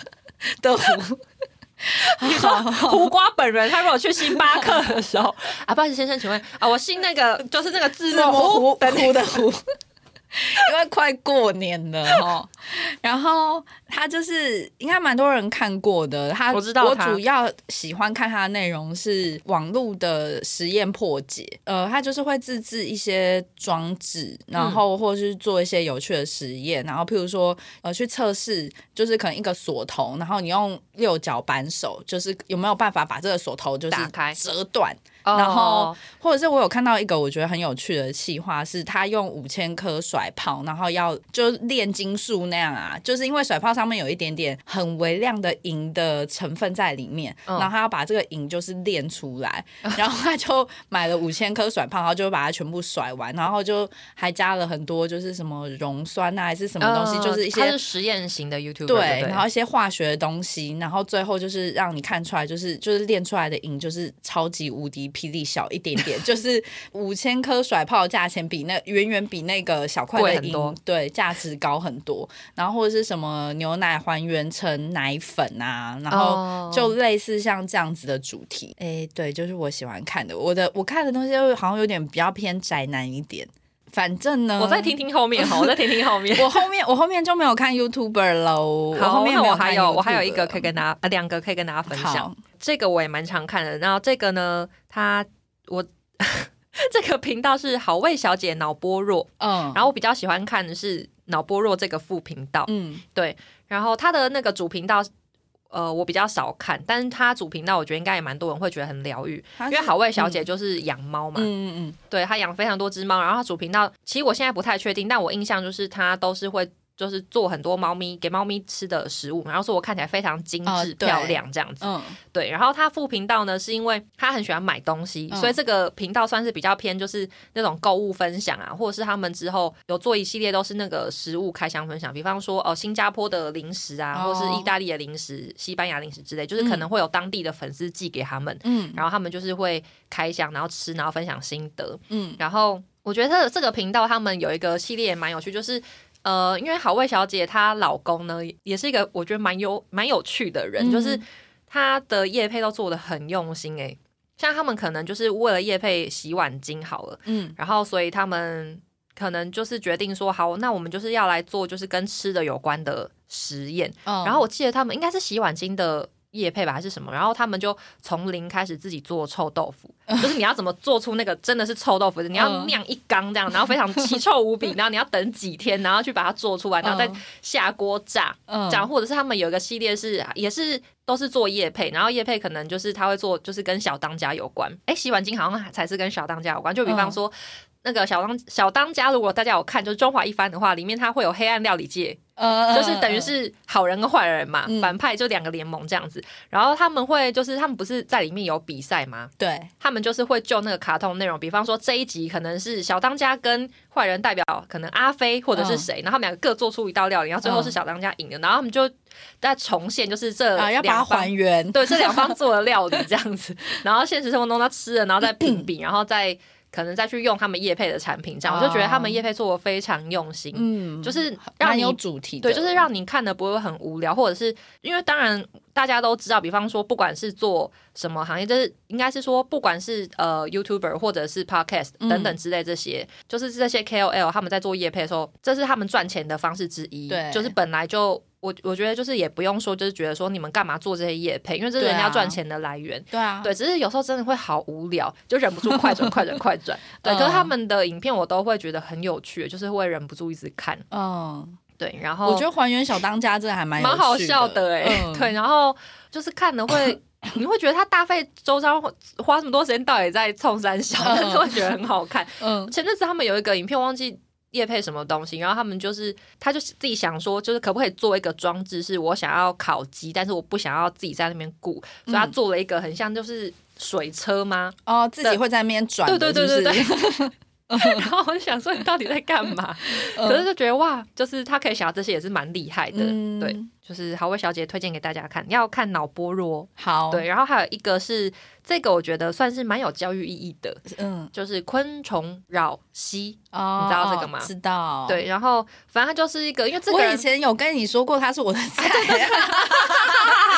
Speaker 2: 的糊，
Speaker 1: 你说胡瓜本人，他如果去星巴克的时 候，啊，不好意思先生，请问啊，我姓那 个，就是那个字
Speaker 2: 自摸
Speaker 1: 幕
Speaker 2: 糊糊的糊。 因为快过年了哦，然后他就是应该蛮多人看过的。他
Speaker 1: 我知道
Speaker 2: 我
Speaker 1: 他
Speaker 2: 主要喜欢看他的内容是网络的实验破解。呃，他就是会自制一些装置，
Speaker 1: 嗯
Speaker 2: 然后或是做一些有趣的实验，然后譬如说呃去测试，就是可能一个锁头，然后你用六角扳手，就是有没有办法把这个锁头就是
Speaker 1: 打开
Speaker 2: 折断，
Speaker 1: 哦
Speaker 2: 然后或者是我有看到一个我觉得很有趣的企划，是他用五千颗甩炮，然后要就炼金术那样啊，就是因为甩炮上面有一点点很微量的银的成分在里面，
Speaker 1: 嗯
Speaker 2: 然后他要把这个银就是炼出来， 然后他就买了五千颗甩炮，然后就把它全部甩完，然后就还加了很多就是什么溶酸啊还是什么东西，
Speaker 1: 呃
Speaker 2: 就是一
Speaker 1: 他
Speaker 2: 些
Speaker 1: 是实验型的 YouTube，
Speaker 2: 对，
Speaker 1: 对，
Speaker 2: 然后一些化学的东西，然后最后就是让你看出来，就是就是练出来的影就是超级无敌霹雳小一点 点，就是五千颗甩炮的价钱比那远远比那个小块
Speaker 1: 贵
Speaker 2: 的
Speaker 1: 很多
Speaker 2: 银对价值高很多，然后或者是什么牛奶还原成奶粉啊，然后
Speaker 1: 哦
Speaker 2: 就类似像这样子的主题，哎、对，就是我喜欢看的，我的我看的东西就好像有点比较偏宅男一点，反正呢，
Speaker 1: 我再听听后面 哈，我再听听后面。
Speaker 2: 我后面我后面就没有看 YouTuber 喽，我
Speaker 1: 好，
Speaker 2: 后面
Speaker 1: 那
Speaker 2: 没
Speaker 1: 我
Speaker 2: 看
Speaker 1: 还有我还有一
Speaker 2: YouTuber
Speaker 1: 个可以跟大家，呃，两个可以跟大家分享。
Speaker 2: 好，
Speaker 1: 这个我也蛮常看的。然后这个呢，他我 这个频道是好味小姐脑波弱，
Speaker 2: 嗯，
Speaker 1: 然后我比较喜欢看的是脑波弱这个副频道。
Speaker 2: 嗯
Speaker 1: 然后他的那个主频道，呃，我比较少看，但是他主频道我觉得应该也蛮多人会觉得很疗愈，
Speaker 2: 它
Speaker 1: 因
Speaker 2: 嗯啊是，
Speaker 1: 为好味小姐就是养猫嘛，
Speaker 2: 嗯，嗯嗯
Speaker 1: 对她养非常多只猫，然后她主频道其实我现在不太确定，但我印象就是她都是会。就是做很多猫咪给猫咪吃的食物，然后说我看起来非常精致、
Speaker 2: 哦对
Speaker 1: 漂亮这样子。
Speaker 2: 嗯
Speaker 1: 对，然后他副频道呢，是因为他很喜欢买东西，
Speaker 2: 嗯
Speaker 1: 所以这个频道算是比较偏就是那种购物分享啊，或者是他们之后有做一系列都是那个食物开箱分享，比方说哦、新加坡的零食啊，
Speaker 2: 哦
Speaker 1: 或是意大利的零食、西班牙零食之类，就是可能会有当地的粉丝寄给他们，
Speaker 2: 嗯
Speaker 1: 然后他们就是会开箱，然后吃，然后分享心得，
Speaker 2: 嗯
Speaker 1: 然后我觉得这个频道他们有一个系列也蛮有趣，就是。呃，因为好味小姐她老公呢，也是一个我觉得蛮有蛮有趣的人，
Speaker 2: 嗯
Speaker 1: 就是他的叶配都做的很用心诶、像他们可能就是为了叶配洗碗巾好了，
Speaker 2: 嗯
Speaker 1: 然后所以他们可能就是决定说，好，那我们就是要来做就是跟吃的有关的实验。
Speaker 2: 嗯，
Speaker 1: 然后我记得他们应该是洗碗巾的叶配吧还是什么，然后他们就从零开始自己做臭豆腐，
Speaker 2: 嗯
Speaker 1: 就是你要怎么做出那个真的是臭豆腐，你要酿一缸这样，然后非常奇臭无比， 然后你要等几天，然后去把它做出来，然后再下锅炸，
Speaker 2: 嗯
Speaker 1: 这样或者是他们有一个系列是也是都是做叶配，然后叶配可能就是他会做就是跟小当家有关，哎，洗碗巾好像才是跟小当家有关，就比
Speaker 2: 嗯
Speaker 1: 方说。那个小当小当家，如果大家有看，就是《中华一番》的话，里面它会有黑暗料理界，
Speaker 2: 呃
Speaker 1: 就是等于是好人跟坏人嘛，
Speaker 2: 嗯
Speaker 1: 反派就两个联盟这样子。然后他们会就是他们不是在里面有比赛吗？
Speaker 2: 对，
Speaker 1: 他们就是会就那个卡通内容，比方说这一集可能是小当家跟坏人代表，可能阿飞或
Speaker 2: 嗯
Speaker 1: 者是谁，然后他们两个各做出一道料理，然后最后是小当家赢了，然后他们就在重现就是这
Speaker 2: 啊，要把
Speaker 1: 呃
Speaker 2: 它
Speaker 1: 两方
Speaker 2: 还原，
Speaker 1: 对，这两方做的料理这样子，然后现实生活中他吃了，然后再评比，然后再可能再去用他们叶配的产品，这样我就觉得他们叶配做的非常用心，
Speaker 2: 哦嗯，
Speaker 1: 就是让
Speaker 2: 蛮
Speaker 1: 你
Speaker 2: 有主题的，
Speaker 1: 对，就是让你看的不会很无聊，或者是因为当然大家都知道，比方说不管是做什么行业，就是应该是说不管是呃 YouTuber 或者是 Podcast
Speaker 2: 嗯
Speaker 1: 等等之类这些，就是这些 KOL 他们在做业配的时候，这是他们赚钱的方式之一。
Speaker 2: 对
Speaker 1: 就是本来就。我我觉得就是也不用说，就是觉得说你们干嘛做这些业配，因为这是人
Speaker 2: 对
Speaker 1: 家
Speaker 2: 啊
Speaker 1: 赚钱的来源。
Speaker 2: 对啊，
Speaker 1: 对，只是有时候真的会好无聊，就忍不住快转、快转、快 转。对，
Speaker 2: 嗯
Speaker 1: 可是他们的影片我都会觉得很有趣，就是会忍不住一直看。
Speaker 2: 嗯，
Speaker 1: 对，然后
Speaker 2: 我觉得还原小当家这个还蛮有
Speaker 1: 蛮好
Speaker 2: 趣
Speaker 1: 笑的哎、
Speaker 2: 嗯
Speaker 1: 对，然后就是看了会， 你会觉得他大费周章花这么多时间到底在冲三小，
Speaker 2: 嗯
Speaker 1: 但是会觉得很好看。
Speaker 2: 嗯
Speaker 1: 前阵子他们有一个影片忘记。叶配什么东西？然后他们就是，他就是自己想说，就是可不可以做一个装置，是我想要烤鸡，但是我不想要自己在那边顾，所以
Speaker 2: 嗯
Speaker 1: 他做了一个很像就是水车吗？
Speaker 2: 哦，自己会在那边转
Speaker 1: 对
Speaker 2: 的，
Speaker 1: 对对对对
Speaker 2: 是不是，
Speaker 1: 然后我就想说，你到底在干嘛？
Speaker 2: 嗯
Speaker 1: 可是就觉得哇，就是他可以想到这些也是蛮厉害的，
Speaker 2: 嗯
Speaker 1: 对。就是好味小姐推荐给大家看，要看脑波弱。
Speaker 2: 好，
Speaker 1: 对，然后还有一个是这个，我觉得算是蛮有教育意义的，
Speaker 2: 嗯，
Speaker 1: 就是昆虫扰息。
Speaker 2: 哦，
Speaker 1: 你知道这个吗
Speaker 2: 知道，。
Speaker 1: 对，然后反正它就是一个，因为这个
Speaker 2: 哦我以
Speaker 1: 人
Speaker 2: 前有跟你说过，他是我的菜，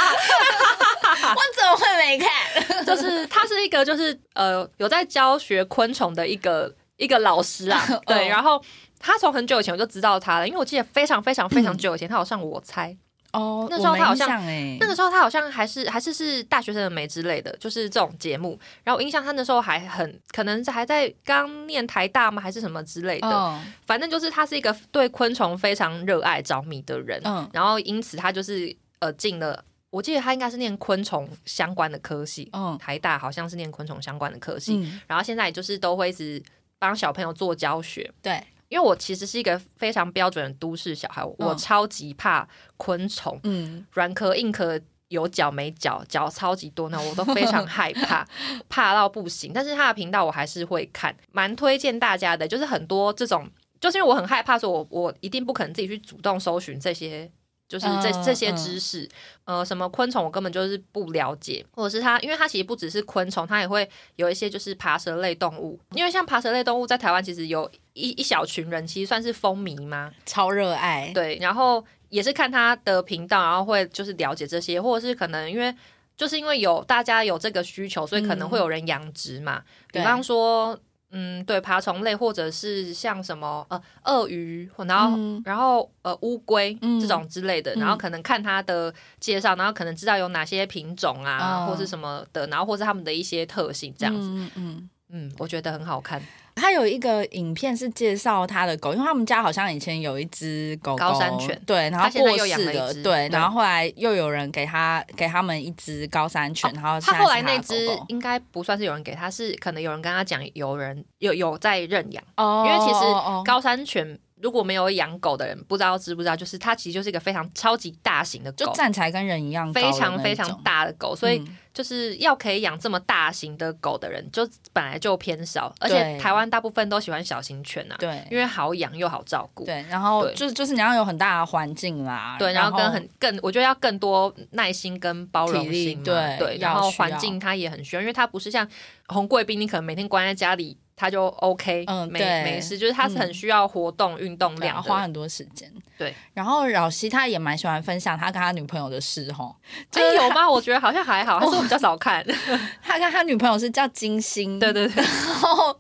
Speaker 2: 我怎么会没看？
Speaker 1: 就是他是一个就是呃有在教学昆虫的一个一个老师啊
Speaker 2: 哦，
Speaker 1: 对，然后他从很久以前我就知道他了，因为我记得非常非常非 常久以前他有上我猜，
Speaker 2: 哦，
Speaker 1: 那时候他好像
Speaker 2: 哎
Speaker 1: 那，个时候他好像还是还是是大学生的美之类的，就是这种节目，然后我印象他那时候还很可能还在刚念台大吗还是什么之类的，
Speaker 2: 嗯
Speaker 1: 反正就是他是一个对昆虫非常热爱着迷的人，
Speaker 2: 嗯
Speaker 1: 然后因此他就是呃进了，我记得他应该是念昆虫相关的科系，
Speaker 2: 嗯
Speaker 1: 台大好像是念昆虫相关的科系，
Speaker 2: 嗯，
Speaker 1: 然后现在就是都会一直帮小朋友做教学。
Speaker 2: 对，
Speaker 1: 因为我其实是一个非常标准的都市小孩，我
Speaker 2: 嗯
Speaker 1: 超级怕昆虫，
Speaker 2: 嗯
Speaker 1: 软壳、硬壳、有脚没脚，脚超级多那种我都非常害 怕，怕到不行。但是他的频道我还是会看，蛮推荐大家的。就是很多这种，就是因为我很害怕，说我我一定不可能自己去主动搜寻这些。就是这
Speaker 2: 嗯
Speaker 1: 这些
Speaker 2: 嗯
Speaker 1: 知识，呃，什么昆虫我根本就是不了解，或者是它，因为它其实不只是昆虫，它也会有一些就是爬蛇类动物，因为像爬蛇类动物在台湾其实有一一小群人，其实算是风靡嘛，
Speaker 2: 超热爱，
Speaker 1: 对，然后也是看他的频道，然后会就是了解这些，或者是可能因为就是因为有大家有这个需求，所以可能会有人养殖嘛。比
Speaker 2: 嗯对
Speaker 1: 方说，嗯，对，爬虫类或者是像什么呃鳄鱼，然后、
Speaker 2: 嗯
Speaker 1: 然后呃乌龟
Speaker 2: 嗯
Speaker 1: 这种之类的，
Speaker 2: 嗯
Speaker 1: 然后可能看他的介绍，然后可能知道有哪些品种啊，
Speaker 2: 哦
Speaker 1: 或是什么的，然后或是他们的一些特性这样子。
Speaker 2: 嗯嗯嗯。
Speaker 1: 嗯我觉得很好看，
Speaker 2: 他有一个影片是介绍他的狗，因为他们家好像以前有一只狗狗
Speaker 1: 高山犬
Speaker 2: 对，然
Speaker 1: 他
Speaker 2: 后
Speaker 1: 现在
Speaker 2: 过
Speaker 1: 又养
Speaker 2: 世
Speaker 1: 了一
Speaker 2: 了，
Speaker 1: 只对
Speaker 2: 对，然后后来又有人给他给他们一只高山犬，然哦后
Speaker 1: 他
Speaker 2: 现在
Speaker 1: 后
Speaker 2: 是
Speaker 1: 来那
Speaker 2: 的
Speaker 1: 只
Speaker 2: 狗狗
Speaker 1: 应该不算是有人给他，是可能有人跟他讲，有人有有在认养。
Speaker 2: 哦
Speaker 1: 因为其实
Speaker 2: 哦哦
Speaker 1: 高山犬如果没有养狗的人，不知道知不知道，就是它其实就是一个非常超级大型的
Speaker 2: 就
Speaker 1: 狗，
Speaker 2: 站起来跟人一样高的
Speaker 1: 非
Speaker 2: 那种，
Speaker 1: 常非常大的狗，所以
Speaker 2: 嗯
Speaker 1: 就是要可以养这么大型的狗的人，就本来就偏少，而且
Speaker 2: 对
Speaker 1: 台湾大部分都喜欢小型犬啊，因
Speaker 2: 对
Speaker 1: 为好养又好照顾。
Speaker 2: 对，然后
Speaker 1: 对
Speaker 2: 就就是你要有很大的环境啦，
Speaker 1: 对，然后跟很更，我觉得要更多耐心跟包容
Speaker 2: 体力
Speaker 1: 心嘛，
Speaker 2: 对
Speaker 1: 然
Speaker 2: 要
Speaker 1: 后
Speaker 2: 需要
Speaker 1: 环境它也很需要，因为它不是像红贵宾，你可能每天关在家里他就 OK，、
Speaker 2: 嗯
Speaker 1: 没
Speaker 2: 对嗯
Speaker 1: 没事，就是他是很需要活动、运动
Speaker 2: 对啊
Speaker 1: 量的
Speaker 2: 花。很多时间。
Speaker 1: 对，
Speaker 2: 然后老西他也蛮喜欢分享他跟他女朋友的事吼，
Speaker 1: 哎、
Speaker 2: 就是
Speaker 1: 有吗？我觉得好像还好，还是我比较少看。
Speaker 2: 哦他跟他女朋友是叫金星，
Speaker 1: 对对对，
Speaker 2: 然后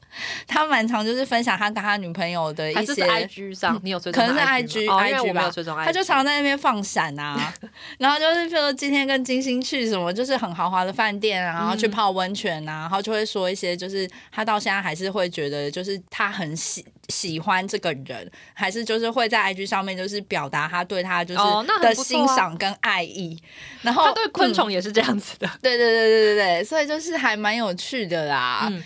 Speaker 2: 他蛮常就是分享他跟他女朋友的
Speaker 1: 还是
Speaker 2: 一
Speaker 1: 是
Speaker 2: 些，
Speaker 1: IG 上，你有追踪
Speaker 2: 可能是
Speaker 1: 他
Speaker 2: IG
Speaker 1: 吗哦，因为
Speaker 2: IG
Speaker 1: 我没有
Speaker 2: 吧
Speaker 1: 追踪 IG，
Speaker 2: 他就常在那边放闪 啊，然后就是譬如说今天跟金星去什么，就是很豪华的饭店啊，然后去泡温泉
Speaker 1: 嗯
Speaker 2: 啊，然后就会说一些就是他到现在还是会觉得就是他很喜喜欢这个人，还是就是会在 IG 上面就是表达他对他就是
Speaker 1: 哦那很
Speaker 2: 的
Speaker 1: 不错啊
Speaker 2: 欣赏跟爱意，然后
Speaker 1: 他对昆
Speaker 2: 嗯
Speaker 1: 虫也是这样子的。
Speaker 2: 对对对对对对，所以就是还蛮有趣的啦。
Speaker 1: 嗯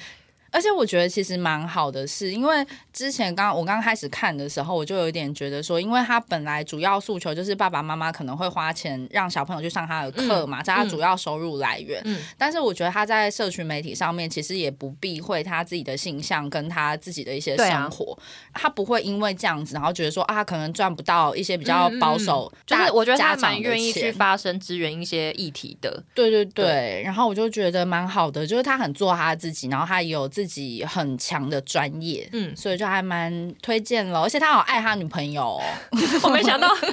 Speaker 2: 而且我觉得其实蛮好的是，因为之前刚我刚开始看的时候，我就有点觉得说，因为他本来主要诉求就是爸爸妈妈可能会花钱让小朋友去上他的课嘛，这、是他主要收入来源。
Speaker 1: 嗯
Speaker 2: 但是我觉得他在社群媒体上面其实也不避讳他自己的性向跟他自己的一些
Speaker 1: 对啊
Speaker 2: 生活，他不会因为这样子，然后觉得说啊，他可能赚不到一些比较保守
Speaker 1: 嗯就
Speaker 2: 大、
Speaker 1: 是我觉得
Speaker 2: 家
Speaker 1: 他
Speaker 2: 长
Speaker 1: 蛮
Speaker 2: 的
Speaker 1: 愿意去
Speaker 2: 钱
Speaker 1: 发声支援一些议题的，
Speaker 2: 对对对，然后我就觉得蛮好的，就是他很做他自己，然后他也有自己很强的专业，
Speaker 1: 嗯，
Speaker 2: 所以就还蛮推荐咯。而且他好爱他女朋友、哦，
Speaker 1: 我没想到现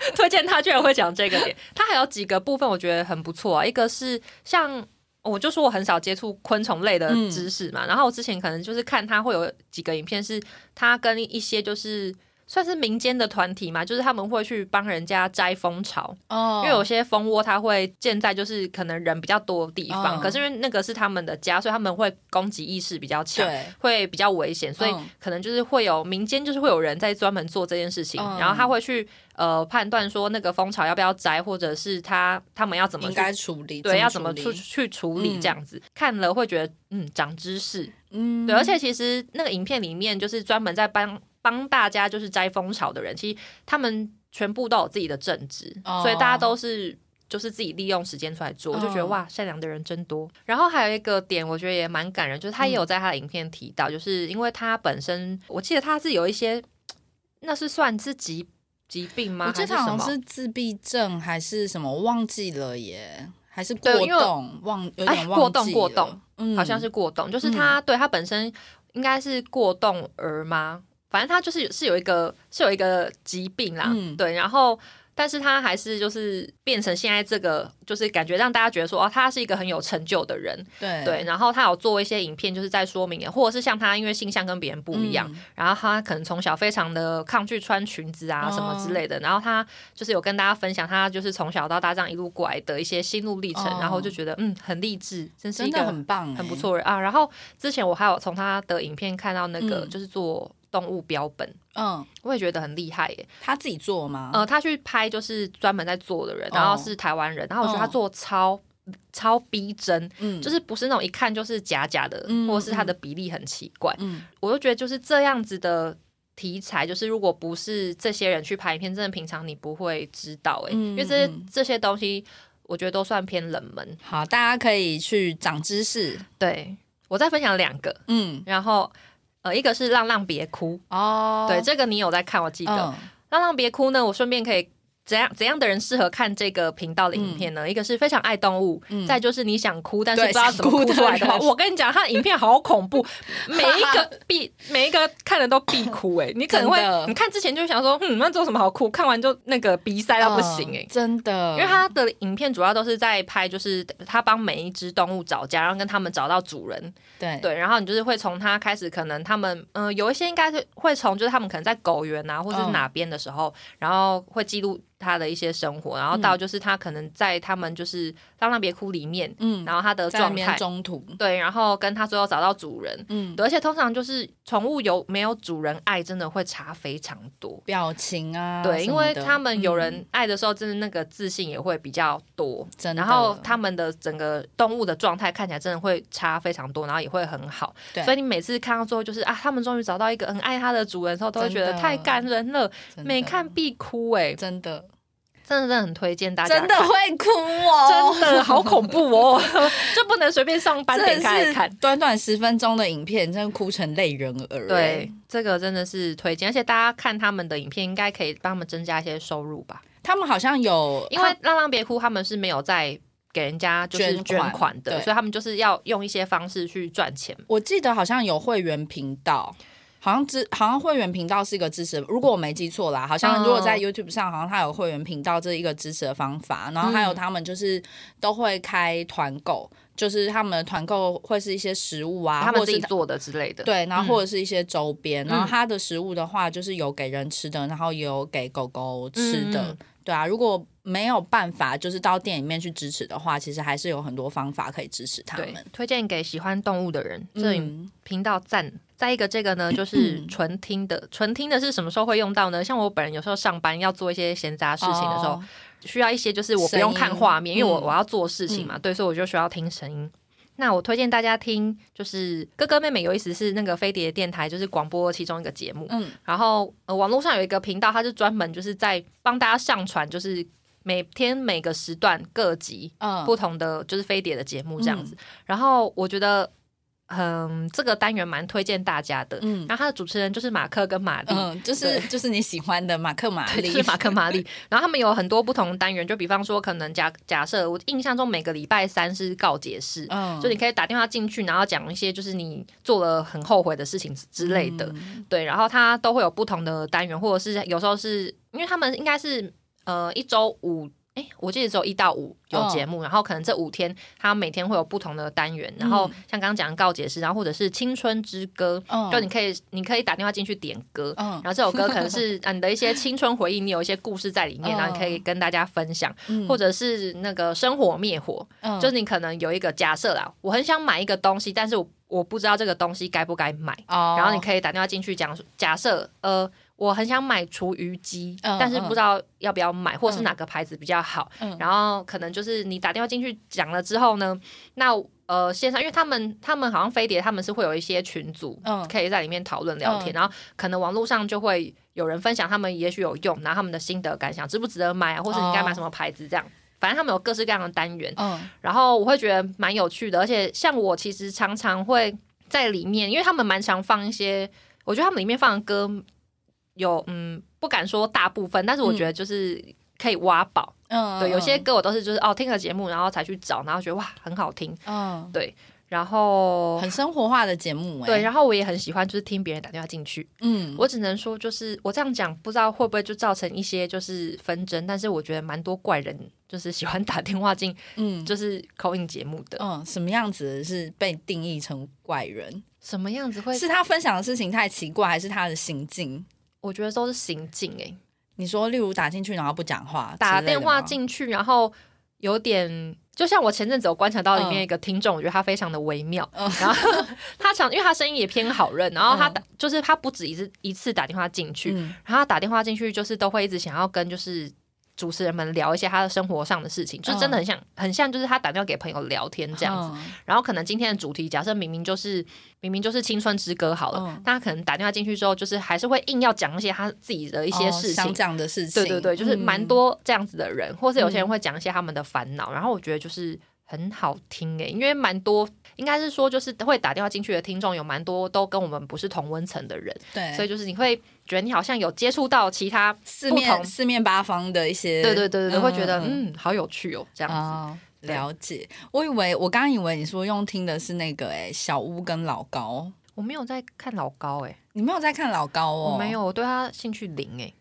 Speaker 1: 在推荐他居然会讲这个点。他还有几个部分我觉得很不错啊，一个是像。我就说我很少接触昆虫类的
Speaker 2: 嗯
Speaker 1: 知识嘛，然后我之前可能就是看他会有几个影片，是他跟一些就是算是民间的团体嘛，就是他们会去帮人家摘蜂巢，
Speaker 2: 哦
Speaker 1: 因为有些蜂窝它会建在就是可能人比较多的地方，
Speaker 2: 嗯
Speaker 1: 可是因为那个是他们的家，所以他们会攻击意识比较强，
Speaker 2: 对，
Speaker 1: 会比较危险，所以
Speaker 2: 嗯
Speaker 1: 可能就是会有民间就是会有人在专门做这件事情，
Speaker 2: 嗯
Speaker 1: 然后他会去呃判断说那个蜂巢要不要摘，或者是他他们要怎么
Speaker 2: 应
Speaker 1: 去
Speaker 2: 该处理，
Speaker 1: 对要怎么
Speaker 2: 处
Speaker 1: 去
Speaker 2: 理？
Speaker 1: 去处理
Speaker 2: 嗯
Speaker 1: 这样子，看了会觉得嗯长知识，
Speaker 2: 嗯
Speaker 1: 对，而且其实那个影片里面就是专门在帮帮大家就是摘蜂巢的人，其实他们全部都有自己的正职，
Speaker 2: 哦
Speaker 1: 所以大家都是。就是自己利用时间出来做，我就觉得
Speaker 2: 嗯
Speaker 1: 哇，善良的人真多。然后还有一个点，我觉得也蛮感人，就是他也
Speaker 2: 嗯
Speaker 1: 有在他的影片提到，就是因为他本身，我记得他是有一些，那是算是疾疾病吗？
Speaker 2: 我记
Speaker 1: 还
Speaker 2: 得
Speaker 1: 是
Speaker 2: 好
Speaker 1: 什
Speaker 2: 像
Speaker 1: 么？
Speaker 2: 是自闭症还是什么，我忘记了耶，还是过
Speaker 1: 对因为
Speaker 2: 动忘有
Speaker 1: 哎
Speaker 2: 点忘记
Speaker 1: 过动过
Speaker 2: 了
Speaker 1: 动，
Speaker 2: 嗯，
Speaker 1: 好像是过动，就是他、对他本身应该是过动儿吗？反正他就是是有一个是有一个疾病啦，
Speaker 2: 嗯
Speaker 1: 对，然后。但是他还是就是变成现在这个，就是感觉让大家觉得说，哦，他是一个很有成就的人，
Speaker 2: 对
Speaker 1: 对。然后他有做一些影片，就是在说明，或者是像他因为性向跟别人不一样，，
Speaker 2: 嗯
Speaker 1: 然后他可能从小非常的抗拒穿裙子啊
Speaker 2: 哦
Speaker 1: 什么之类的，然后他就是有跟大家分享他就是从小到大这样一路过来的一些心路历程，
Speaker 2: 哦
Speaker 1: 然后就觉得嗯很励志，真是一个
Speaker 2: 真的很棒，欸
Speaker 1: 很不。错的人啊。然后之前我还有从他的影片看到那个
Speaker 2: 嗯
Speaker 1: 就是做动物标本，
Speaker 2: 嗯，
Speaker 1: 我也觉得很厉害耶。
Speaker 2: 他自己做吗？
Speaker 1: 呃，他去拍就是专门在做的人，
Speaker 2: 哦
Speaker 1: 然后是台湾人，然后我觉得他
Speaker 2: 哦
Speaker 1: 做超、超逼真，
Speaker 2: 嗯
Speaker 1: 就是不是那种一看就是假假的，
Speaker 2: 嗯
Speaker 1: 或者是他的比例很奇怪，
Speaker 2: 嗯，
Speaker 1: 我就觉得就是这样子的。题材就是，如果不是这些人去拍影片，真的平常你不会知道哎、
Speaker 2: 嗯
Speaker 1: 因为这些
Speaker 2: 嗯
Speaker 1: 这些东西，我觉得都算偏冷门。
Speaker 2: 好，大家可以去长知识。
Speaker 1: 对我再分享两个，
Speaker 2: 嗯，
Speaker 1: 然后呃，一个是《浪浪别哭》
Speaker 2: 哦，
Speaker 1: 对，这个你有在看，我记得。
Speaker 2: 嗯
Speaker 1: 浪浪别哭》呢，我顺便可以。怎样怎样的人适合看这个频道的影片呢？一个是非常爱动物，
Speaker 2: 嗯
Speaker 1: 再就是你想哭但是不
Speaker 2: 对
Speaker 1: 知道怎么哭
Speaker 2: 想哭的
Speaker 1: 出来的话，
Speaker 2: 人
Speaker 1: 我跟你讲，他的影片好恐 怖，每一个必每一个看了都必哭哎、欸你可能会
Speaker 2: 真的
Speaker 1: 你看之前就想说，嗯，那做什么好哭？看完就那个鼻塞到不行哎、
Speaker 2: 嗯真的，
Speaker 1: 因为他的影片主要都是在拍，就是他帮每一只动物找家，然后跟他们找到主人，
Speaker 2: 对
Speaker 1: 对，然后你就是会从他开始，可能他们嗯、呃有一些应该是会从就是他们可能在狗园啊，或是
Speaker 2: 嗯
Speaker 1: 哪边的时候，然后会记录他的一些生活，然后到就是他可能在他们就是《浪浪别哭》里面，
Speaker 2: 嗯，
Speaker 1: 然后他的
Speaker 2: 在那
Speaker 1: 状
Speaker 2: 边
Speaker 1: 态，
Speaker 2: 中途，
Speaker 1: 对，然后跟他最后找到主人，
Speaker 2: 嗯，
Speaker 1: 对而且通常就是宠物有没有主人爱，真的会差非常多。
Speaker 2: 表情啊什么的，
Speaker 1: 对，因为他们有
Speaker 2: 嗯
Speaker 1: 人爱的时候，真的那个自信也会比较多。
Speaker 2: 真的，
Speaker 1: 然后他们的整个动物的状态看起来真的会差非常多，然后也会很好
Speaker 2: 对。
Speaker 1: 所以你每次看到最后，就是啊，他们终于找到一个很爱它的主人的时候，都会觉得
Speaker 2: 真的
Speaker 1: 太感人了，
Speaker 2: 真的
Speaker 1: 每看必哭哎、
Speaker 2: 真的
Speaker 1: 真的真的很推荐大家看。
Speaker 2: 真的会哭哦，
Speaker 1: 真的好恐怖哦， 就不能随便上班点
Speaker 2: 真
Speaker 1: 开
Speaker 2: 的
Speaker 1: 来
Speaker 2: 是
Speaker 1: 看。
Speaker 2: 短短十分钟的影片，真的哭成泪人儿。欸
Speaker 1: 对，，这个真的是推荐，而且大家看他们的影片，应该可以帮他们增加一些收入吧。
Speaker 2: 他们好像有，
Speaker 1: 啊因为《浪浪别哭》他们是没有在给人家就是
Speaker 2: 捐
Speaker 1: 捐
Speaker 2: 款
Speaker 1: 款的，
Speaker 2: 对
Speaker 1: 所以他们就是要用一些方式去赚钱。
Speaker 2: 我记得好像有会员频道，好像支好像会员频道是一个支持，如果我没记错啦，好像
Speaker 1: 嗯
Speaker 2: 如果在 YouTube 上，好像它有会员频道这一个支持的方法，然后还有他们就是都会开团购，就是他们的团购会是一些食物啊，
Speaker 1: 他
Speaker 2: 或
Speaker 1: 们
Speaker 2: 者
Speaker 1: 自
Speaker 2: 是
Speaker 1: 己做的之类的，
Speaker 2: 对，然后
Speaker 1: 嗯
Speaker 2: 或者是一些周边，然后
Speaker 1: 嗯
Speaker 2: 它的食物的话，就是有给人吃的，然后也有给狗狗吃的，
Speaker 1: 嗯嗯
Speaker 2: 对啊。如果没有办法，就是到店里面去支持的话，其实还是有很多方法可以支持他
Speaker 1: 对
Speaker 2: 们。，
Speaker 1: 推荐给喜欢动物的人。这里
Speaker 2: 嗯，
Speaker 1: 频道赞。再一个，这个 呢就是纯听的，纯听的是什么时候会用到呢？像我本人有时候上班要做一些闲杂事情的时候，
Speaker 2: 哦
Speaker 1: 需要一些就是我不用看画面，
Speaker 2: 声音
Speaker 1: 因为我
Speaker 2: 嗯
Speaker 1: 我要做事情嘛，对，所以我就需要听声音。那我推荐大家听，就是哥哥妹妹有意思是那个飞碟电台，就是广播其中一个节目。
Speaker 2: 嗯
Speaker 1: 然后呃，网络上有一个频道，它是专门就是在帮大家上传，就是每天每个时段各集
Speaker 2: 嗯，
Speaker 1: 不同的就是飞碟的节目这样子。然后我觉得，嗯，这个单元蛮推荐大家的。
Speaker 2: 嗯
Speaker 1: 然后它的主持人就是马克跟玛丽，
Speaker 2: 嗯，就是就是你喜欢的马 克马
Speaker 1: 对，
Speaker 2: 利，
Speaker 1: 就是马克玛丽。然后他们有很多不同的单元，就比方说，可能假假设我印象中每个礼拜三是告解室，
Speaker 2: 嗯，
Speaker 1: 就你可以打电话进去，然后讲一些就是你做了很后悔的事情之之类的。
Speaker 2: 嗯
Speaker 1: 对，然后它都会有不同的单元，或者是有时候是因为他们应该是呃一周五。哎，我记得只有一到五有
Speaker 2: 哦
Speaker 1: 节目，然后可能这五天，它每天会有不同的单元，然后像刚刚讲的告解室，然后或者是青春之歌，
Speaker 2: 嗯
Speaker 1: 就你可以你可以打电话进去点歌，
Speaker 2: 嗯
Speaker 1: 然后这首歌可能是啊你的一些青春回忆，你有一些故事在里面，
Speaker 2: 嗯
Speaker 1: 然后你可以跟大家分享，
Speaker 2: 嗯
Speaker 1: 或者是那个生火灭火，
Speaker 2: 嗯
Speaker 1: 就是你可能有一个假设啦，我很想买一个东西，但是我我不知道这个东西该不该买，
Speaker 2: 哦，
Speaker 1: 然后你可以打电话进去讲说，假设呃，我很想买厨余机，
Speaker 2: 嗯
Speaker 1: 但是
Speaker 2: 嗯
Speaker 1: 不知道要不要买，或是哪个牌子比较好。
Speaker 2: 嗯
Speaker 1: 然后可能就是你打电话进去讲了之后呢，那呃线上，因为他们他们好像飞碟他们是会有一些群组，
Speaker 2: 嗯
Speaker 1: 可以在里面讨论聊天，然后可能网络上就会有人分享他们也许有用，然后他们的心得感想，值不值得买啊，或是你该
Speaker 2: 哦
Speaker 1: 买什么牌子这样。反正他们有各式各样的单元，
Speaker 2: 嗯
Speaker 1: 然后我会觉得蛮有趣的，而且像我其实常常会在里面，因为他们蛮常放一些，我觉得他们里面放的歌有嗯，不敢说大部分，但是我觉得就是可以挖宝。
Speaker 2: 嗯，
Speaker 1: 对，有些歌我都是就是哦听了节目，然后才去找，然后觉得哇很好听，
Speaker 2: 嗯
Speaker 1: 然后。
Speaker 2: 很生活化的节目，哎
Speaker 1: 嗯对，，然后我也很喜欢，就是听别人打电话进去。
Speaker 2: 嗯，
Speaker 1: 我只能说，就是哦我这样讲，不知道会不会就造成一些就是纷争。但是我觉得蛮多怪人，就是喜欢打电话进，
Speaker 2: 嗯
Speaker 1: 就是口音节目的。
Speaker 2: 嗯，什么样子是被定义成怪人？
Speaker 1: 什么样子会
Speaker 2: 是他分享的事情太奇怪，还是他的行径？
Speaker 1: 我觉得都是行径哎、
Speaker 2: 你说，例如打进去然后不讲话，
Speaker 1: 打电话，进去，然后有点，就像我前阵子有观察到里
Speaker 2: 嗯
Speaker 1: 面一个听众，我觉得他非常的微妙。然后 他想，因为他声音也偏好认，然后他打、就是他不止一次一次打电话进去，
Speaker 2: 嗯
Speaker 1: 然后他打电话进去就是都会一直想要跟就是。主持人们聊一些他的生活上的事情，就是真的
Speaker 2: 嗯
Speaker 1: 很像，很像，就是他打电话给朋友聊天这样子。
Speaker 2: 子，
Speaker 1: 然后可能今天的主题，假设明明就是明明就是青春之歌好了，
Speaker 2: 嗯
Speaker 1: 但他可能打电话进去之后，就是还是会硬要讲一些他自己的一
Speaker 2: 一
Speaker 1: 些事情，
Speaker 2: 哦想讲的事情，嗯
Speaker 1: 对对对，就是蛮多这样子的人，或是有些人会讲一些他们的烦恼，然后我觉得就是很好听诶、因为蛮多应该是说就是会打电话进去的听众有蛮多都跟我们不是同温层的人，
Speaker 2: 对，
Speaker 1: 所以就是你会觉得你好像有接触到其他
Speaker 2: 四
Speaker 1: 不
Speaker 2: 面
Speaker 1: 同
Speaker 2: 四面八方的一些，
Speaker 1: 对对对对对，会觉得
Speaker 2: 嗯
Speaker 1: 嗯好有趣哦这样子。
Speaker 2: 啊。了解，我以为我刚以为你说用听的是那个哎、小屋跟老高，
Speaker 1: 我没有在看老高诶、
Speaker 2: 你没有在看老高哦？
Speaker 1: 我没，有，我对他兴趣零欸诶、